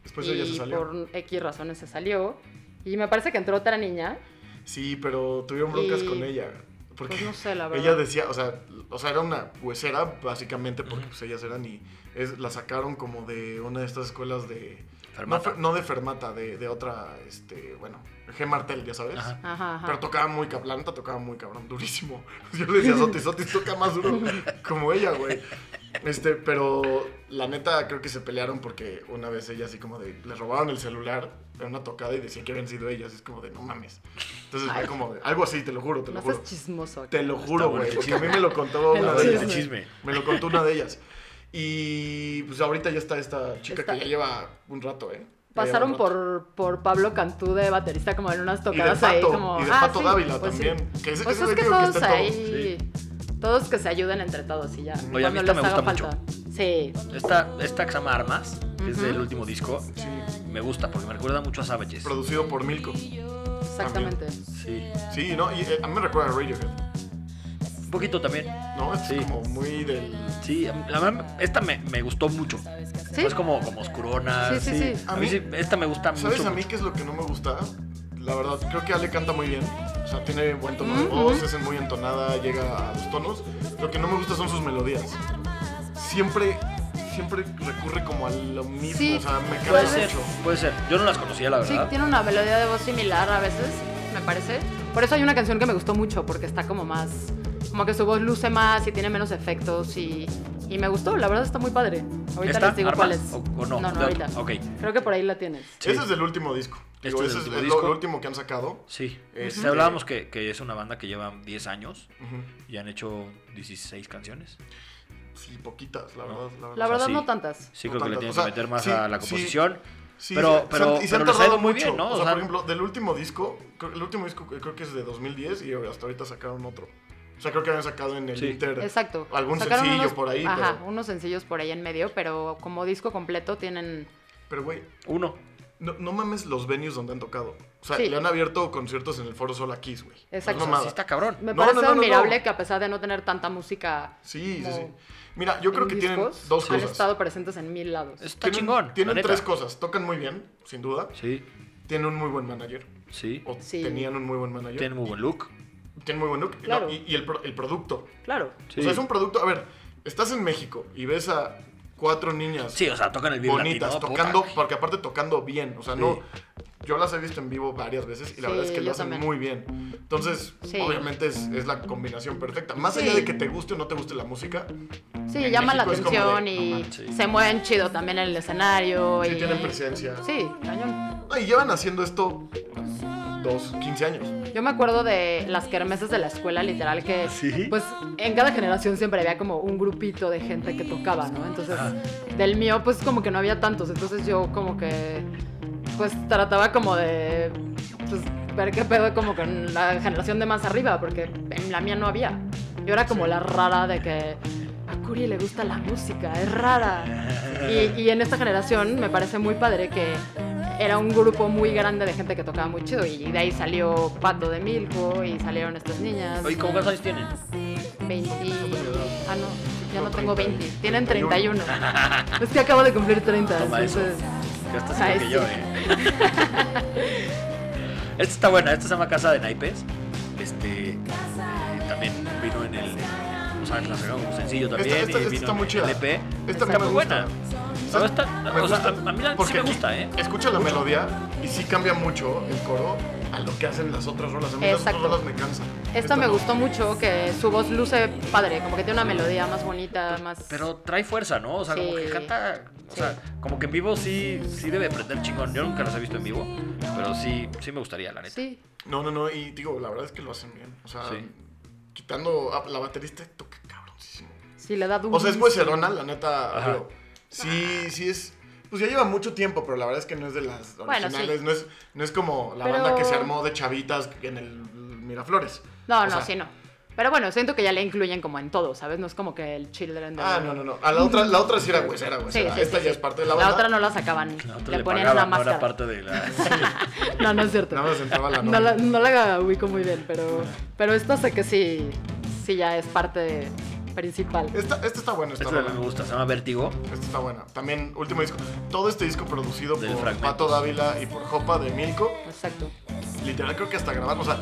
Speaker 1: Después
Speaker 3: y
Speaker 1: Pues ella se salió.
Speaker 3: por X razones se salió. Y me parece que entró otra niña.
Speaker 1: Sí, pero tuvieron broncas
Speaker 3: Y-
Speaker 1: con ella. Porque
Speaker 3: Pues no sé, la verdad.
Speaker 1: ella decía, o sea, o sea, era una huesera, básicamente, porque pues ellas eran y es, la sacaron como de una de estas escuelas de. No,
Speaker 2: Fermata.
Speaker 1: fer- no de Fermata, de, de otra, este, bueno, G. Martel, ya sabes.
Speaker 2: Ajá.
Speaker 3: Ajá, ajá.
Speaker 1: Pero tocaba muy cabrón, la neta tocaba muy cabrón, durísimo. Yo le decía, Sotis, Sotis toca más duro como ella, güey. Este, pero la neta creo que se pelearon porque una vez ella así como de, le robaron el celular en una tocada y decía que habían sido ellas, es como de, no mames. Entonces fue
Speaker 3: Ay.
Speaker 1: como, de, algo así, te lo juro, te
Speaker 3: no
Speaker 1: lo juro.
Speaker 3: seas chismoso.
Speaker 1: Te lo juro,
Speaker 2: bueno
Speaker 1: güey,
Speaker 2: el
Speaker 1: porque a mí me lo contó
Speaker 3: El
Speaker 1: una de
Speaker 2: Este
Speaker 1: ellas.
Speaker 2: chisme.
Speaker 1: Me lo contó una de ellas. Y pues ahorita ya está esta chica
Speaker 3: Está-
Speaker 1: que ya lleva un rato, ¿eh? Ya lleva un
Speaker 3: Pasaron
Speaker 1: rato.
Speaker 3: por, por Pablo Cantú de baterista como en unas
Speaker 1: Y de
Speaker 3: tocadas ahí
Speaker 1: Pato,
Speaker 3: como...
Speaker 1: y de
Speaker 3: ah,
Speaker 1: Pato
Speaker 3: sí,
Speaker 1: Dávila
Speaker 3: pues sí.
Speaker 1: también. Que ese-
Speaker 3: Pues
Speaker 1: ese
Speaker 3: es
Speaker 1: güey
Speaker 3: que
Speaker 1: digo que
Speaker 3: todos
Speaker 1: está en todo.
Speaker 3: ahí... Todos que se ayuden entre todos y ya.
Speaker 2: Oye, a mí
Speaker 3: cuando
Speaker 2: esta
Speaker 3: les
Speaker 2: me
Speaker 3: haga
Speaker 2: gusta
Speaker 3: falta. Sí.
Speaker 2: Esta, esta que se llama Armas, que es
Speaker 3: Ujú.
Speaker 2: del último disco,
Speaker 1: Sí,
Speaker 2: me gusta porque me recuerda mucho a Savages.
Speaker 1: producido por Milko.
Speaker 3: Exactamente.
Speaker 2: Sí.
Speaker 1: Sí, no, y eh, a mí me recuerda a Radiohead.
Speaker 2: Un poquito también.
Speaker 1: No, es
Speaker 2: Sí.
Speaker 1: como muy del.
Speaker 2: Sí, la verdad, esta me, me gustó mucho.
Speaker 3: Sí.
Speaker 2: Es como, como oscurona.
Speaker 3: Sí, sí, sí.
Speaker 2: A
Speaker 1: A
Speaker 2: mí
Speaker 1: mí-
Speaker 2: sí, esta me gusta mucho.
Speaker 1: ¿Sabes a mí
Speaker 2: mucho.
Speaker 1: qué es lo que no me gusta? La verdad, creo que Ale canta muy bien. O sea, tiene buen tono de voz, es muy entonada, llega a los tonos. Lo que no me gusta son sus melodías. Siempre, siempre recurre como a lo mismo.
Speaker 3: Sí,
Speaker 1: o sea, me
Speaker 3: puede
Speaker 1: cansa
Speaker 2: Puede ser,
Speaker 1: mucho.
Speaker 2: puede ser. Yo no las conocía, la
Speaker 3: Sí,
Speaker 2: verdad.
Speaker 3: tiene una melodía de voz similar a veces, me parece. Por eso hay una canción que me gustó mucho, porque está como más. Como que su voz luce más y tiene menos efectos y, y me gustó, la verdad está muy padre. Ahorita
Speaker 2: ¿Esta?
Speaker 3: les digo
Speaker 2: ¿Armas?
Speaker 3: cuál es.
Speaker 2: ¿O- o no?
Speaker 3: No,
Speaker 2: De-
Speaker 3: ahorita.
Speaker 2: ok.
Speaker 3: Creo que por ahí la tienes.
Speaker 2: Sí.
Speaker 1: Ese es del último disco.
Speaker 2: Este
Speaker 1: Digo,
Speaker 2: es
Speaker 1: ese
Speaker 2: del
Speaker 1: es
Speaker 2: último
Speaker 1: el-
Speaker 2: disco.
Speaker 1: lo último que han sacado.
Speaker 2: Sí.
Speaker 1: Este-
Speaker 2: Te hablábamos que, que es una banda que lleva 10 años
Speaker 1: Ujú.
Speaker 2: y han hecho 16 canciones.
Speaker 1: Sí, poquitas, la
Speaker 2: No.
Speaker 1: verdad. La verdad.
Speaker 3: La verdad,
Speaker 2: sí.
Speaker 3: no tantas.
Speaker 2: Sí,
Speaker 1: No
Speaker 2: creo que le
Speaker 1: tanto.
Speaker 2: tienen
Speaker 1: O sea,
Speaker 2: que meter más
Speaker 1: sí,
Speaker 2: a la
Speaker 1: sí.
Speaker 2: composición.
Speaker 1: Sí,
Speaker 2: pero,
Speaker 1: se- se-
Speaker 2: pero,
Speaker 1: y se han
Speaker 2: pero les ha
Speaker 1: tardado
Speaker 2: ido muy
Speaker 1: mucho.
Speaker 2: bien, ¿no?
Speaker 1: O sea, por ejemplo, del último disco, creo- el último disco que creo que es de 2010 y hasta ahorita sacaron otro. O sea, creo que habían sacado en el
Speaker 2: Sí.
Speaker 1: Inter
Speaker 3: Exacto.
Speaker 1: algún
Speaker 3: Sacaron
Speaker 1: sencillo
Speaker 3: unos-
Speaker 1: por ahí,
Speaker 3: Ajá,
Speaker 1: pero-
Speaker 3: unos sencillos por ahí en medio, pero como disco completo tienen.
Speaker 1: Pero, güey,
Speaker 2: uno.
Speaker 1: no, no mames los venues donde han tocado. O sea,
Speaker 3: Sí.
Speaker 1: le han abierto conciertos en el Foro Sol a Kiss, güey.
Speaker 3: Exacto.
Speaker 1: No es
Speaker 2: O sea,
Speaker 1: mamada.
Speaker 2: sí está cabrón.
Speaker 3: Me
Speaker 1: No,
Speaker 3: parece
Speaker 1: no, no, no, no.
Speaker 3: admirable que a pesar de no tener tanta música.
Speaker 1: Sí, sí, sí.
Speaker 3: como
Speaker 1: Mira, yo creo
Speaker 3: en
Speaker 1: que tienen
Speaker 3: discos,
Speaker 1: dos
Speaker 3: Han
Speaker 1: cosas.
Speaker 3: estado presentes en mil lados.
Speaker 2: Está
Speaker 1: Tienen,
Speaker 2: chingón.
Speaker 1: tienen
Speaker 2: la neta.
Speaker 1: tres cosas. Tocan muy bien, sin duda.
Speaker 2: Sí,
Speaker 1: Tienen un muy buen manager.
Speaker 2: sí.
Speaker 1: O
Speaker 3: Sí.
Speaker 1: tenían un muy buen manager.
Speaker 2: Tienen muy buen look.
Speaker 1: Tienen muy buen look. No,
Speaker 3: Claro.
Speaker 1: y y el, pro- el producto.
Speaker 3: Claro.
Speaker 2: Sí.
Speaker 1: O sea, es un producto. A ver, estás en México y ves a cuatro niñas
Speaker 2: Sí, o sea, tocan el bien
Speaker 1: bonitas
Speaker 2: latino, puta.
Speaker 1: tocando, porque aparte tocando bien. O sea, no. Yo las he visto en vivo varias veces y la
Speaker 3: Sí,
Speaker 1: verdad es que lo
Speaker 3: yo
Speaker 1: hacen
Speaker 3: también.
Speaker 1: muy bien. Entonces,
Speaker 3: Sí.
Speaker 1: obviamente es, es la combinación perfecta. Más
Speaker 3: Sí.
Speaker 1: allá de que te guste o no te guste la música,
Speaker 3: Sí,
Speaker 2: En
Speaker 3: llama la
Speaker 1: México es como
Speaker 3: atención
Speaker 1: de,
Speaker 3: y
Speaker 2: ajá, sí.
Speaker 3: se mueven chido también en el escenario.
Speaker 1: sí
Speaker 3: y...
Speaker 1: tienen presencia.
Speaker 3: Sí, cañón.
Speaker 1: No, y llevan haciendo esto dos, 15 años.
Speaker 3: Yo me acuerdo de las kermeses de la escuela, literal, que
Speaker 2: Sí.
Speaker 3: pues en cada generación siempre había como un grupito de gente que tocaba, ¿no? Entonces, del mío, pues como que no había tantos. Entonces yo como que pues trataba como de pues, ver qué pedo como con la generación de más arriba, porque en la mía no había. Yo era como la rara de que a Curi le gusta la música, es rara. Y, y en esta generación me parece muy padre que era un grupo muy grande de gente que tocaba muy chido. Y de ahí salió Pato de Milko y salieron estas niñas.
Speaker 2: Oye, ¿cómo cuántos años tienen?
Speaker 3: 20. Ah, no, ya no tengo 20. Tienen 31. Es que acabo de cumplir 30.
Speaker 2: Toma eso.
Speaker 3: entonces-
Speaker 2: Que hasta
Speaker 3: Ay,
Speaker 2: sí que yo,
Speaker 3: sí.
Speaker 2: eh. Esta está buena, esta se llama Casa de Naipes. Este eh, también vino en el. O sea, la sacaron como sencillo también.
Speaker 1: Esta- esta-
Speaker 2: y
Speaker 1: esta
Speaker 2: vino
Speaker 1: está muy
Speaker 2: en
Speaker 1: chida.
Speaker 2: el EP.
Speaker 1: Esta
Speaker 2: está
Speaker 1: me
Speaker 2: muy
Speaker 1: gusta.
Speaker 2: buena.
Speaker 1: sea,
Speaker 2: No, esta-
Speaker 1: me
Speaker 2: o sea,
Speaker 1: gusta.
Speaker 2: a, a mí la- sí
Speaker 1: Porque
Speaker 2: me
Speaker 1: aquí
Speaker 2: gusta, ¿eh?
Speaker 1: Escucha la melodía y sí cambia mucho el coro a lo que hacen las otras rolas. A mí
Speaker 3: Exacto.
Speaker 1: las otras rolas me cansan.
Speaker 3: Esta me
Speaker 1: no.
Speaker 3: gustó mucho, que su voz luce padre, como que tiene una melodía más bonita, más...
Speaker 2: Pero trae fuerza, ¿no? O sea, como
Speaker 3: Sí.
Speaker 2: que canta. O
Speaker 3: Sí.
Speaker 2: sea, como que en vivo sí, sí debe prender chingón. Yo nunca las he visto en vivo, pero sí, sí me gustaría, la neta.
Speaker 3: Sí,
Speaker 1: No, no, no. Y digo, la verdad es que lo hacen bien. O sea,
Speaker 2: Sí.
Speaker 1: quitando a la baterista toca cabroncísimo.
Speaker 3: sí, le da duro.
Speaker 1: O sea, es Cerona, la neta.
Speaker 2: Ajá.
Speaker 1: digo, sí, sí es. Pues ya lleva mucho tiempo, pero la verdad es que no es de las
Speaker 3: Bueno,
Speaker 1: originales.
Speaker 3: sí.
Speaker 1: no, es, no es como la
Speaker 3: Pero-
Speaker 1: banda que se armó de chavitas en el Miraflores.
Speaker 3: No,
Speaker 1: O
Speaker 3: no,
Speaker 1: sea,
Speaker 3: sí, no. Pero bueno, siento que ya le incluyen como en todo, ¿sabes? No es como que el Children de...
Speaker 1: Ah, no, no, no. A la otra, la otra sí era huesera,
Speaker 3: Sí,
Speaker 1: huesera.
Speaker 3: sí,
Speaker 1: Esta
Speaker 3: sí,
Speaker 1: ya
Speaker 3: sí.
Speaker 1: es parte de la banda.
Speaker 3: otra no la sacaban,
Speaker 2: La otra
Speaker 3: le,
Speaker 2: le
Speaker 3: ponían
Speaker 2: pagaban,
Speaker 3: una
Speaker 2: no era
Speaker 3: máscara.
Speaker 2: parte de la.
Speaker 3: No, no es cierto.
Speaker 1: Nada más entraba la
Speaker 3: no,
Speaker 1: novia.
Speaker 3: la, no la ubico muy bien, pero, pero esta sé que sí, sí ya es parte principal.
Speaker 1: Esta, esta está buena, esta,
Speaker 2: Esta
Speaker 1: rola.
Speaker 2: también me gusta, se llama Vértigo.
Speaker 1: Esta está buena. También, último disco. Todo este disco producido
Speaker 2: Del
Speaker 1: por
Speaker 2: Fragmentos.
Speaker 1: Pato Dávila y por Jopa de Milko.
Speaker 3: Exacto.
Speaker 1: Literal, creo que hasta grabar. O sea,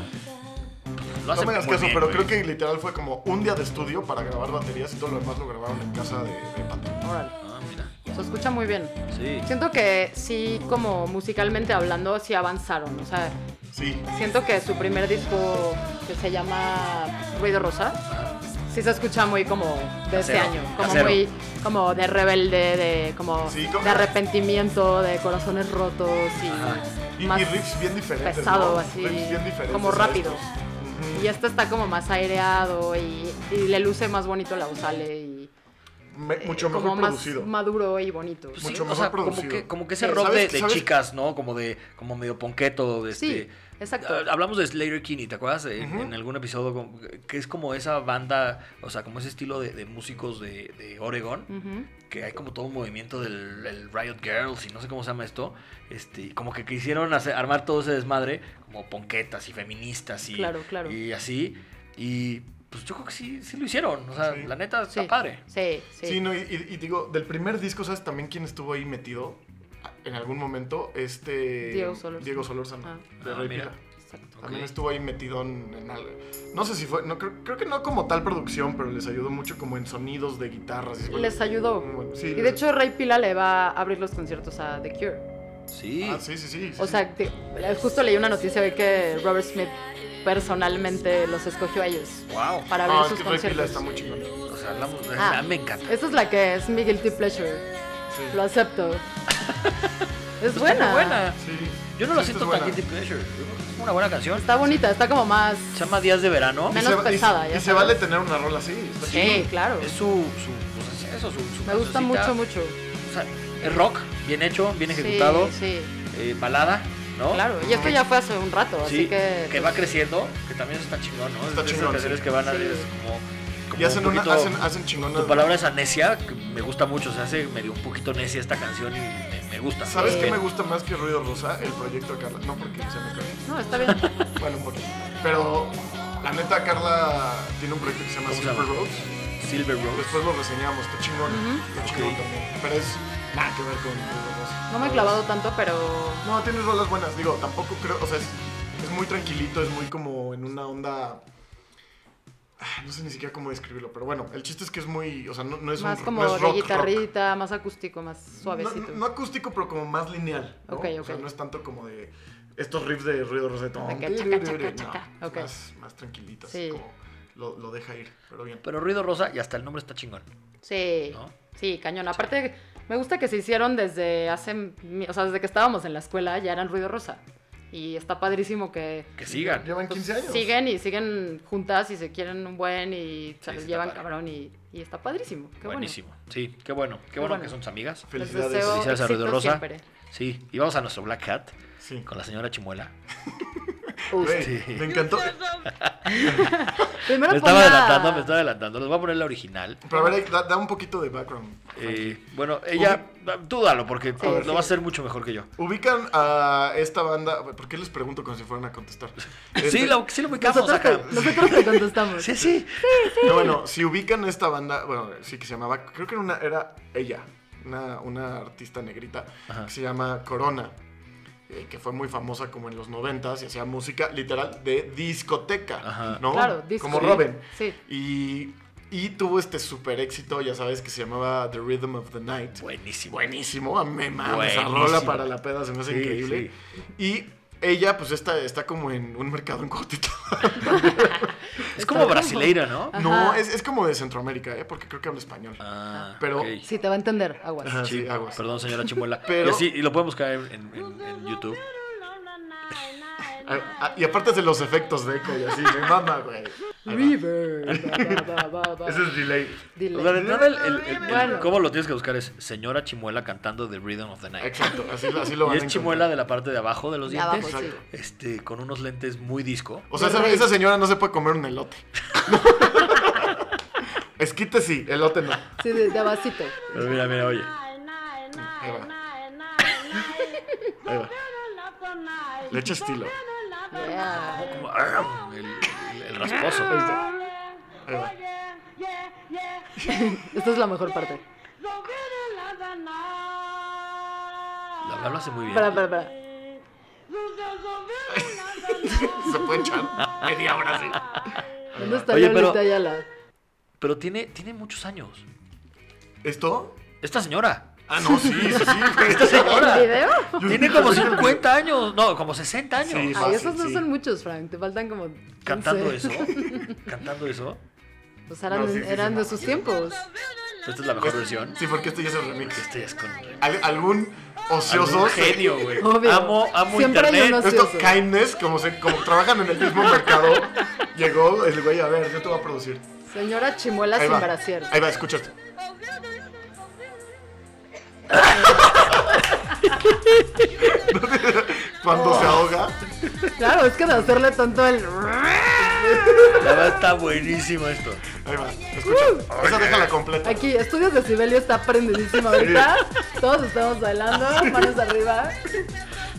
Speaker 2: Lo
Speaker 1: no
Speaker 2: hacen
Speaker 1: me hagas
Speaker 2: muy
Speaker 1: caso,
Speaker 2: bien,
Speaker 1: pero
Speaker 2: güey.
Speaker 1: creo que literal fue como un día de estudio para grabar baterías y todo lo demás lo grabaron en casa de, de Pato.
Speaker 3: Órale.
Speaker 2: Ah, mira.
Speaker 3: Se escucha muy bien.
Speaker 2: Sí.
Speaker 3: Siento que sí, como musicalmente hablando, sí avanzaron. O sea,
Speaker 1: Sí.
Speaker 3: siento que su primer disco, que se llama Ruido Rosa, sí se escucha muy como de ese
Speaker 2: Casero,
Speaker 3: año. Como
Speaker 2: casero.
Speaker 3: muy como de rebelde, de, como
Speaker 1: Sí, como-
Speaker 3: de arrepentimiento, de corazones rotos y
Speaker 1: Y,
Speaker 3: más...
Speaker 1: y riffs bien diferentes.
Speaker 3: pesado,
Speaker 1: ¿no?
Speaker 3: así,
Speaker 1: Riffs bien diferentes
Speaker 3: como
Speaker 1: a
Speaker 3: rápido.
Speaker 1: estos. Ujú.
Speaker 3: Y este está como más aireado y, y le luce más bonito la voz Ale y
Speaker 1: Me- mucho
Speaker 3: eh,
Speaker 1: mejor
Speaker 3: como
Speaker 1: producido.
Speaker 3: más maduro y bonito.
Speaker 2: Pues
Speaker 1: Mucho
Speaker 2: o
Speaker 1: mejor
Speaker 2: sea, Como
Speaker 1: producido.
Speaker 2: que, como que ese
Speaker 1: Sí,
Speaker 2: rock
Speaker 1: ¿sabes
Speaker 2: de,
Speaker 1: qué-
Speaker 2: de
Speaker 1: sabes-
Speaker 2: chicas, ¿no? Como de como medio ponqueto. Este,
Speaker 3: Sí, exacto.
Speaker 2: Ah, Hablamos de Slater Kinney, ¿te acuerdas? En,
Speaker 1: Ujú.
Speaker 2: en algún episodio, como- que es como esa banda, o sea, como ese estilo de, de músicos de, de Oregon,
Speaker 3: Ujú.
Speaker 2: que hay como todo un movimiento del el Riot Girls y no sé cómo se llama esto. Este, y como que quisieron hacer- armar todo ese desmadre, como ponquetas y feministas y,
Speaker 3: Claro, claro.
Speaker 2: y así. Y pues yo creo que sí, sí lo hicieron. O sea,
Speaker 1: Sí.
Speaker 2: la neta está
Speaker 3: Sí.
Speaker 2: padre.
Speaker 3: Sí, sí.
Speaker 1: Sí, no, y, y- y digo, del primer disco, ¿sabes también quién estuvo ahí metido? En algún momento, este.
Speaker 3: Diego Solórzano.
Speaker 1: Diego Solórzano,
Speaker 3: Ah.
Speaker 1: de
Speaker 2: Ah,
Speaker 1: Rey
Speaker 2: mira.
Speaker 1: Pila.
Speaker 3: Exacto.
Speaker 1: También
Speaker 2: Ok.
Speaker 1: estuvo ahí metido en, en algo. No sé si fue. No, creo, creo que no como tal producción, pero les ayudó mucho como en sonidos de guitarras. y-
Speaker 3: Les ayudó.
Speaker 1: Bueno, sí,
Speaker 3: Y de
Speaker 1: les-
Speaker 3: hecho Ray Pila le va a abrir los conciertos a The Cure.
Speaker 2: Sí.
Speaker 1: Ah, sí, sí, sí.
Speaker 3: O
Speaker 1: sí.
Speaker 3: sea, te- justo leí una noticia de que Robert Smith personalmente los escogió a ellos
Speaker 2: Wow.
Speaker 3: para abrir
Speaker 1: no, Ah, es
Speaker 3: sus
Speaker 1: que Rey Pila
Speaker 3: conciertos.
Speaker 1: está muy chingón.
Speaker 2: O sea, hablamos de...
Speaker 3: Ah.
Speaker 2: Ah, me encanta.
Speaker 3: Esta es la que es mi guilty pleasure.
Speaker 1: Sí.
Speaker 3: Lo acepto. es
Speaker 2: Pues está
Speaker 3: buena.
Speaker 2: buena.
Speaker 1: Sí.
Speaker 2: Yo no lo
Speaker 1: Sí, esta
Speaker 2: siento
Speaker 1: es
Speaker 2: tan
Speaker 1: buena.
Speaker 2: guilty pleasure. Yo creo que Es una buena canción.
Speaker 3: Está bonita, está como más.
Speaker 2: Se llama Días de Verano.
Speaker 1: Y
Speaker 3: menos
Speaker 1: se va- y-
Speaker 3: pesada,
Speaker 1: Y,
Speaker 3: ya
Speaker 1: se
Speaker 3: sabes.
Speaker 1: vale tener una rola así. está
Speaker 3: Sí,
Speaker 1: chingón.
Speaker 3: claro.
Speaker 2: Es su... su pues, es eso, su, su
Speaker 3: Me gusta
Speaker 2: cancioncita.
Speaker 3: mucho, mucho.
Speaker 2: O sea, es rock, bien hecho, bien ejecutado.
Speaker 3: Sí, sí.
Speaker 2: eh, balada, ¿no?
Speaker 3: Claro. Y esto ya fue hace un rato, así
Speaker 2: Sí,
Speaker 3: que. pues
Speaker 2: que, va creciendo, que también está chingón, ¿no?
Speaker 1: Está
Speaker 2: Es de
Speaker 1: chingón,
Speaker 2: Esas canciones
Speaker 1: sí.
Speaker 2: que van a
Speaker 3: Sí.
Speaker 2: es como, como
Speaker 1: Y hacen,
Speaker 2: un
Speaker 1: una,
Speaker 2: poquito-
Speaker 1: hacen, hacen chingonas.
Speaker 2: Tu palabra es anesia, que me gusta mucho, se hace medio un poquito necia esta canción y me, me gusta.
Speaker 1: ¿Sabes
Speaker 2: Eh,
Speaker 1: qué me gusta más que Ruido Rosa? El proyecto de Carla. No porque se me cae.
Speaker 3: No, está bien.
Speaker 1: Bueno, un poquito. Pero la neta, Carla tiene un proyecto que se llama
Speaker 2: ¿Cómo se
Speaker 1: Silver
Speaker 2: llama?
Speaker 1: Roads.
Speaker 2: Silver Rose.
Speaker 1: Después lo reseñamos, está chingón. Está chingón
Speaker 2: Ok.
Speaker 1: también. Pero es nada que ver con Ruido Rosa.
Speaker 3: No me he clavado tanto, pero.
Speaker 1: No, tienes rolas buenas. Digo, tampoco creo. O sea, es, es muy tranquilito, es muy como en una onda. ah, No sé ni siquiera cómo describirlo, pero bueno, el chiste es que es muy. O sea, no, no es
Speaker 3: más
Speaker 1: un-
Speaker 3: como
Speaker 1: no es
Speaker 3: de
Speaker 1: rock, rock.
Speaker 3: guitarrita, más acústico, más
Speaker 1: No,
Speaker 3: suavecito.
Speaker 1: no- no acústico, pero como más lineal. ¿no?
Speaker 3: Ok,
Speaker 1: O sea,
Speaker 3: ok.
Speaker 1: no es tanto como de estos riffs de ruido rosetón.
Speaker 3: De que chaca, chaca, chaca. Ok.
Speaker 1: Más, más tranquilitas.
Speaker 3: Sí.
Speaker 1: Como lo, lo deja ir, pero bien.
Speaker 2: Pero Ruido Rosa y hasta el nombre está chingón.
Speaker 3: Sí.
Speaker 2: ¿No?
Speaker 3: Sí, cañón. Aparte, me gusta que se hicieron desde hace. mi- O sea, desde que estábamos en la escuela ya eran ruido rosa. Y está padrísimo que.
Speaker 2: Que sigan.
Speaker 1: Llevan
Speaker 3: pues,
Speaker 1: 15 años.
Speaker 3: Siguen y siguen juntas y se quieren un buen y se
Speaker 2: Sí,
Speaker 3: los
Speaker 2: está
Speaker 3: llevan
Speaker 2: padre.
Speaker 3: cabrón y, y está padrísimo. Qué
Speaker 2: Buenísimo. Sí, qué bueno. Qué, bueno,
Speaker 3: bueno.
Speaker 2: que son tus amigas.
Speaker 3: bueno. Les
Speaker 1: Felicidades.
Speaker 3: deseo
Speaker 2: Felicidades a Ruido
Speaker 3: éxito
Speaker 2: Rosa.
Speaker 3: siempre.
Speaker 2: Sí, y vamos a nuestro Black Hat.
Speaker 1: Sí.
Speaker 2: con la señora Chimuela.
Speaker 1: Güey,
Speaker 2: sí.
Speaker 1: Me encantó.
Speaker 3: Primero
Speaker 2: Me estaba
Speaker 3: pon la-
Speaker 2: adelantando, me estaba adelantando. Les voy a poner la original.
Speaker 1: Pero a ver, da, da un poquito de background.
Speaker 2: Eh, bueno, ella, tú dalo, porque lo
Speaker 1: sí.
Speaker 2: va a hacer mucho mejor que yo.
Speaker 1: Ubican a esta banda. ¿Por qué les pregunto como si fueran a contestar?
Speaker 2: Sí,
Speaker 1: Este-
Speaker 2: lo, sí lo ubicamos
Speaker 3: Nosotros
Speaker 2: acá.
Speaker 3: te, nosotros te contestamos.
Speaker 2: Sí, sí.
Speaker 1: Pero Este, bueno, si ubican esta banda, bueno, sí que se llamaba, creo que era, una, era ella, una, una artista negrita,
Speaker 2: Ajá.
Speaker 1: que se llama Corona, eh, que fue muy famosa como en los noventas y hacía música literal de discoteca,
Speaker 2: Ajá.
Speaker 1: ¿no?
Speaker 3: Claro, disco.
Speaker 1: Como
Speaker 3: Sí.
Speaker 1: Robin.
Speaker 3: Sí.
Speaker 1: Y, y tuvo este super éxito, ya sabes, que se llamaba The Rhythm of the Night.
Speaker 2: Buenísimo.
Speaker 1: Buenísimo, a me mames, esa
Speaker 2: Buenísimo.
Speaker 1: rola para la peda se me hace
Speaker 2: Sí,
Speaker 1: increíble. Y ella, pues, está, está como en un mercado en cortito.
Speaker 2: Es como brasileira, ¿no?
Speaker 1: No,
Speaker 3: Ajá.
Speaker 1: es, es como de Centroamérica, ¿eh? porque creo que habla español.
Speaker 2: Ah,
Speaker 1: Pero-
Speaker 2: ok.
Speaker 3: Sí, te va a entender, aguas.
Speaker 1: Ajá,
Speaker 2: Sí,
Speaker 1: sí, aguas.
Speaker 2: Perdón, señora Chimuela.
Speaker 1: Pero-
Speaker 2: Y, así- y lo podemos caer en, en- en YouTube.
Speaker 1: Ah, ah, y aparte de los efectos de eco y así, me mama, güey. Ahí va.
Speaker 3: River. va, va, va, va, va.
Speaker 1: Ese es delay.
Speaker 3: Dile.
Speaker 2: O sea, de entrada el- el- el- el-
Speaker 3: Bueno.
Speaker 2: ¿Cómo lo tienes que buscar? Es señora Chimuela cantando The Rhythm of the Night.
Speaker 1: Exacto, así, lo- así lo
Speaker 2: Y
Speaker 1: van a
Speaker 2: es
Speaker 1: encontrar.
Speaker 2: Chimuela de la parte de abajo de los
Speaker 4: De
Speaker 2: dientes.
Speaker 4: abajo, sí.
Speaker 1: Exacto.
Speaker 2: Este, con unos lentes muy disco.
Speaker 1: O sea, esa, esa señora no se puede comer un elote. Esquite sí, elote no.
Speaker 3: Sí, de, de abacito.
Speaker 2: Pero mira, mira, oye.
Speaker 1: Ahí va. Ahí va. Le echa estilo.
Speaker 3: Yeah.
Speaker 2: Como, "Arr", El, el- el rasposo.
Speaker 1: Ahí va.
Speaker 3: Esta es la mejor parte.
Speaker 2: La lo hace muy bien.
Speaker 3: Espera, espera, espera.
Speaker 1: Se puede echar media hora así.
Speaker 3: ¿Dónde está
Speaker 2: Oye,
Speaker 3: Oye,
Speaker 2: pero-
Speaker 3: Ayala?
Speaker 2: Pero tiene, tiene muchos años.
Speaker 1: ¿Esto?
Speaker 2: Esta señora.
Speaker 1: Ah, no, sí, sí, sí. güey.
Speaker 2: Esta señora.
Speaker 3: ¿El video?
Speaker 2: Tiene como 50 años. No, como 60 años.
Speaker 1: Sí,
Speaker 3: Ay,
Speaker 1: Fácil,
Speaker 3: esos no
Speaker 1: sí.
Speaker 3: son muchos, Frank. Te faltan como. 15.
Speaker 2: Cantando eso. Cantando eso.
Speaker 3: Pues eran,
Speaker 1: No, sí, sí,
Speaker 3: eran
Speaker 1: sí,
Speaker 3: de
Speaker 1: no.
Speaker 3: sus tiempos.
Speaker 2: Esta es la mejor versión.
Speaker 1: Sí, porque esto ya es el remix.
Speaker 2: Este ya es con.
Speaker 1: Al- algún ocioso.
Speaker 2: Algún
Speaker 1: se-
Speaker 2: genio, güey.
Speaker 3: Obvio.
Speaker 2: Amo, amo
Speaker 3: Siempre hay
Speaker 2: internet.
Speaker 3: unos-
Speaker 1: Esto,
Speaker 3: Ocioso.
Speaker 1: kindness, como, se, como trabajan en el mismo mercado, llegó el güey, a ver, yo te voy a producir.
Speaker 3: Señora Chimuela
Speaker 1: Ahí
Speaker 3: sin
Speaker 1: va,
Speaker 3: brasier.
Speaker 1: ahí va, escúchate. Cuando
Speaker 3: Oh.
Speaker 1: se ahoga,
Speaker 3: Claro, es que de hacerle tanto el.
Speaker 2: La verdad está buenísimo esto.
Speaker 1: ahí va, escucha. Esa déjala completa.
Speaker 3: Uh. Aquí, Estudios de Sibelio está prendidísimo ahorita. Todos estamos bailando, manos arriba.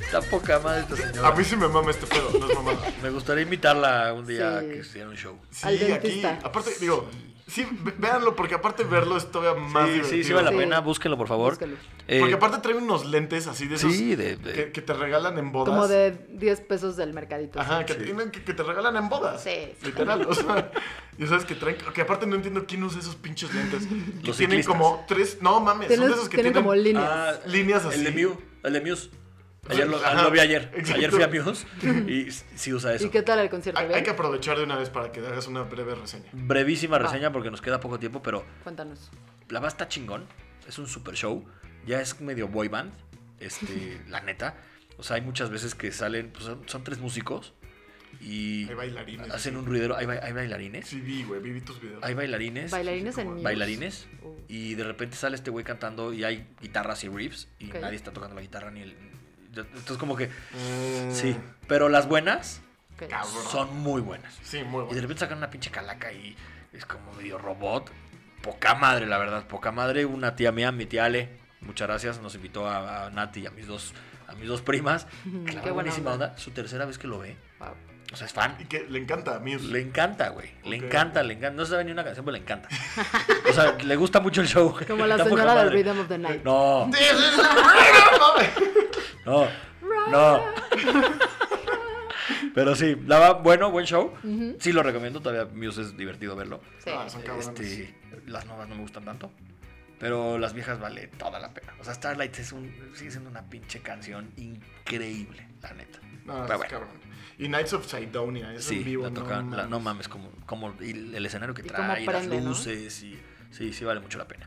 Speaker 2: Está poca madre esta
Speaker 1: A
Speaker 2: señora.
Speaker 1: mí sí me mama este pedo, no es mamada.
Speaker 2: Me gustaría invitarla un día
Speaker 3: Sí.
Speaker 2: a que hiciera un show.
Speaker 1: Sí,
Speaker 3: Al
Speaker 1: aquí,
Speaker 3: dentista.
Speaker 1: aparte, digo, sí, ve- véanlo, porque aparte verlo es todavía más
Speaker 2: Sí, sí, sí
Speaker 1: divertido.
Speaker 2: vale la
Speaker 3: Sí.
Speaker 2: pena. Búsquenlo, por favor.
Speaker 3: Búsquelo.
Speaker 2: Eh,
Speaker 1: Porque aparte trae unos lentes así de esos
Speaker 2: Sí, de- de-
Speaker 1: Que, que te regalan en bodas.
Speaker 3: Como de 10 pesos del mercadito.
Speaker 1: Ajá, que, tienen- que- que te regalan en bodas.
Speaker 4: Sí, sí.
Speaker 1: Literal, o sea, ya sabes que traen, que aparte no entiendo quién usa esos pinches lentes. Que
Speaker 2: Los
Speaker 1: tienen
Speaker 2: ciclistas.
Speaker 1: como tres, no mames, son
Speaker 3: Tienen,
Speaker 1: de esos que
Speaker 3: tienen
Speaker 1: tienen,
Speaker 3: como líneas.
Speaker 2: Ah,
Speaker 1: líneas así.
Speaker 2: El de Mew, el de Muse. Ayer lo,
Speaker 1: Ajá,
Speaker 2: lo vi ayer.
Speaker 1: exacto.
Speaker 2: Ayer fui a Muse y s- sí usa eso.
Speaker 3: ¿Y qué tal el concierto?
Speaker 1: hay,
Speaker 3: ¿Bien?
Speaker 1: hay que aprovechar de una vez para que hagas una breve reseña.
Speaker 3: Ah.
Speaker 2: Brevísima reseña porque nos queda poco tiempo, pero
Speaker 3: Cuéntanos.
Speaker 2: la va está chingón. Es un super show. Ya es medio boy band. Este, la neta. O sea, hay muchas veces que salen. pues, son, son tres músicos. Y Mm.
Speaker 1: Hay bailarines.
Speaker 2: hacen un ruidero. Hay, ba- hay bailarines.
Speaker 1: Sí, vi, güey, vi, vi tus videos.
Speaker 2: Hay bailarines.
Speaker 3: Bailarines en Muse.
Speaker 2: bailarines.
Speaker 3: Uh.
Speaker 2: Y de repente sale este güey cantando y hay guitarras y riffs. Y
Speaker 3: Ok.
Speaker 2: nadie está tocando la guitarra ni el. Entonces, como que.
Speaker 1: Mm,
Speaker 2: Sí. Pero las buenas
Speaker 3: Ok.
Speaker 1: Cabrón.
Speaker 2: son muy buenas.
Speaker 1: Sí, muy
Speaker 2: Y de
Speaker 1: bueno.
Speaker 2: repente sacan una pinche calaca y es como medio robot. Poca madre, la verdad, poca madre. Una tía mía, mi tía Ale, muchas gracias, nos invitó a, a Nati y a mis dos, a mis dos primas. Que la
Speaker 3: qué buena
Speaker 2: buenísima
Speaker 3: onda.
Speaker 2: onda. Su tercera vez que lo ve.
Speaker 3: Wow.
Speaker 2: O sea, es fan.
Speaker 1: Y que le encanta a mí.
Speaker 2: Le encanta, güey. Le
Speaker 1: Ok,
Speaker 2: encanta, le encanta. No sabe ni una canción, pero le encanta. O sea, le gusta mucho el show.
Speaker 3: Como la
Speaker 2: Está poca
Speaker 3: señora del
Speaker 2: madre.
Speaker 3: Rhythm of the Night.
Speaker 2: No, no, no. Pero sí, la va, bueno, buen show. Sí lo recomiendo, todavía Muse es divertido verlo.
Speaker 4: Sí.
Speaker 1: Ah, son cabrones.
Speaker 2: Este, las nuevas no me gustan tanto. Pero las viejas vale toda la pena. O sea, Starlight es un, sigue siendo una pinche canción increíble, la neta.
Speaker 1: No,
Speaker 2: Pero
Speaker 1: es
Speaker 2: bueno,
Speaker 1: cabrón. Y Knights of Sidonia, es
Speaker 2: sí,
Speaker 1: en vivo.
Speaker 2: la tocan- la-
Speaker 1: mames.
Speaker 2: no mames, como, como y el, escenario que
Speaker 3: Y cómo
Speaker 2: trae, y las
Speaker 3: prende, ¿no?
Speaker 2: luces, y sí, sí vale mucho la pena.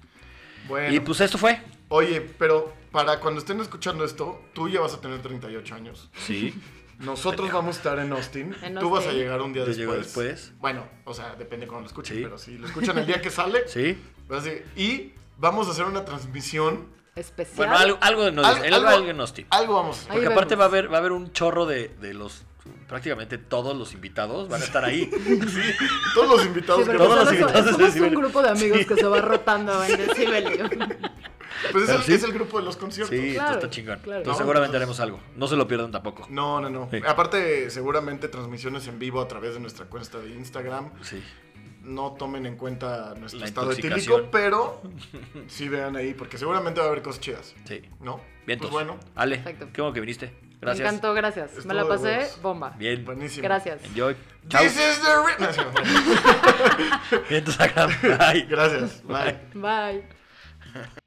Speaker 1: Bueno.
Speaker 2: Y pues esto fue.
Speaker 1: Oye, pero para cuando estén escuchando esto, tú ya vas a tener 38 años.
Speaker 2: Sí.
Speaker 1: Nosotros vamos a estar en Austin.
Speaker 3: En
Speaker 1: Tú vas a
Speaker 3: Austin.
Speaker 1: llegar un día
Speaker 2: Yo
Speaker 1: después.
Speaker 2: llego después.
Speaker 1: Bueno, o sea, depende cuando lo escuchen,
Speaker 2: Sí.
Speaker 1: pero si lo escuchan el día que sale,
Speaker 2: Sí.
Speaker 1: vas a decir, y vamos a hacer una transmisión
Speaker 3: especial.
Speaker 2: Bueno, algo, algo nos,
Speaker 1: Al-
Speaker 2: él
Speaker 1: algo-
Speaker 2: va a alguien nos tip.
Speaker 1: Algo vamos a
Speaker 3: Ahí
Speaker 2: Porque aparte
Speaker 3: vemos.
Speaker 2: va a haber, va a haber un chorro de, de los prácticamente todos los invitados van a estar ahí.
Speaker 1: Todos los invitados
Speaker 3: Sí,
Speaker 1: que
Speaker 3: pero
Speaker 2: todos
Speaker 1: pasan-
Speaker 2: los
Speaker 3: somos-
Speaker 2: invitados de
Speaker 3: somos un
Speaker 2: Decibelio.
Speaker 3: grupo de amigos que se va rotando en Decibelio.
Speaker 1: Pues es
Speaker 2: Pero
Speaker 1: el,
Speaker 2: sí.
Speaker 1: es el grupo de los conciertos.
Speaker 2: Sí,
Speaker 3: Claro,
Speaker 2: esto está chingón.
Speaker 3: claro.
Speaker 2: Entonces
Speaker 1: No,
Speaker 2: seguramente
Speaker 1: entonces-
Speaker 2: haremos algo. No se lo pierdan tampoco.
Speaker 1: No, no, no.
Speaker 2: Sí.
Speaker 1: Aparte, seguramente transmisiones en vivo a través de nuestra cuenta de Instagram.
Speaker 2: Sí.
Speaker 1: No tomen en cuenta nuestro
Speaker 2: La
Speaker 1: estado
Speaker 2: intoxicación.
Speaker 1: etílico, pero sí vean ahí, porque seguramente va a haber cosas chidas,
Speaker 2: Sí.
Speaker 1: ¿no?
Speaker 2: Bien,
Speaker 1: Pues bueno,
Speaker 2: Ale,
Speaker 3: Perfecto.
Speaker 2: qué bueno que viniste.
Speaker 3: Me
Speaker 2: Gracias.
Speaker 3: encantó, gracias. Me la
Speaker 1: Estuvo de
Speaker 3: pasé
Speaker 1: huevos.
Speaker 3: bomba.
Speaker 2: Bien.
Speaker 1: buenísimo.
Speaker 3: Gracias.
Speaker 2: Enjoy. Chao.
Speaker 1: This is the re- No, sí, no.
Speaker 2: Vientos acá. Bye.
Speaker 1: Gracias. Bye.
Speaker 3: Bye.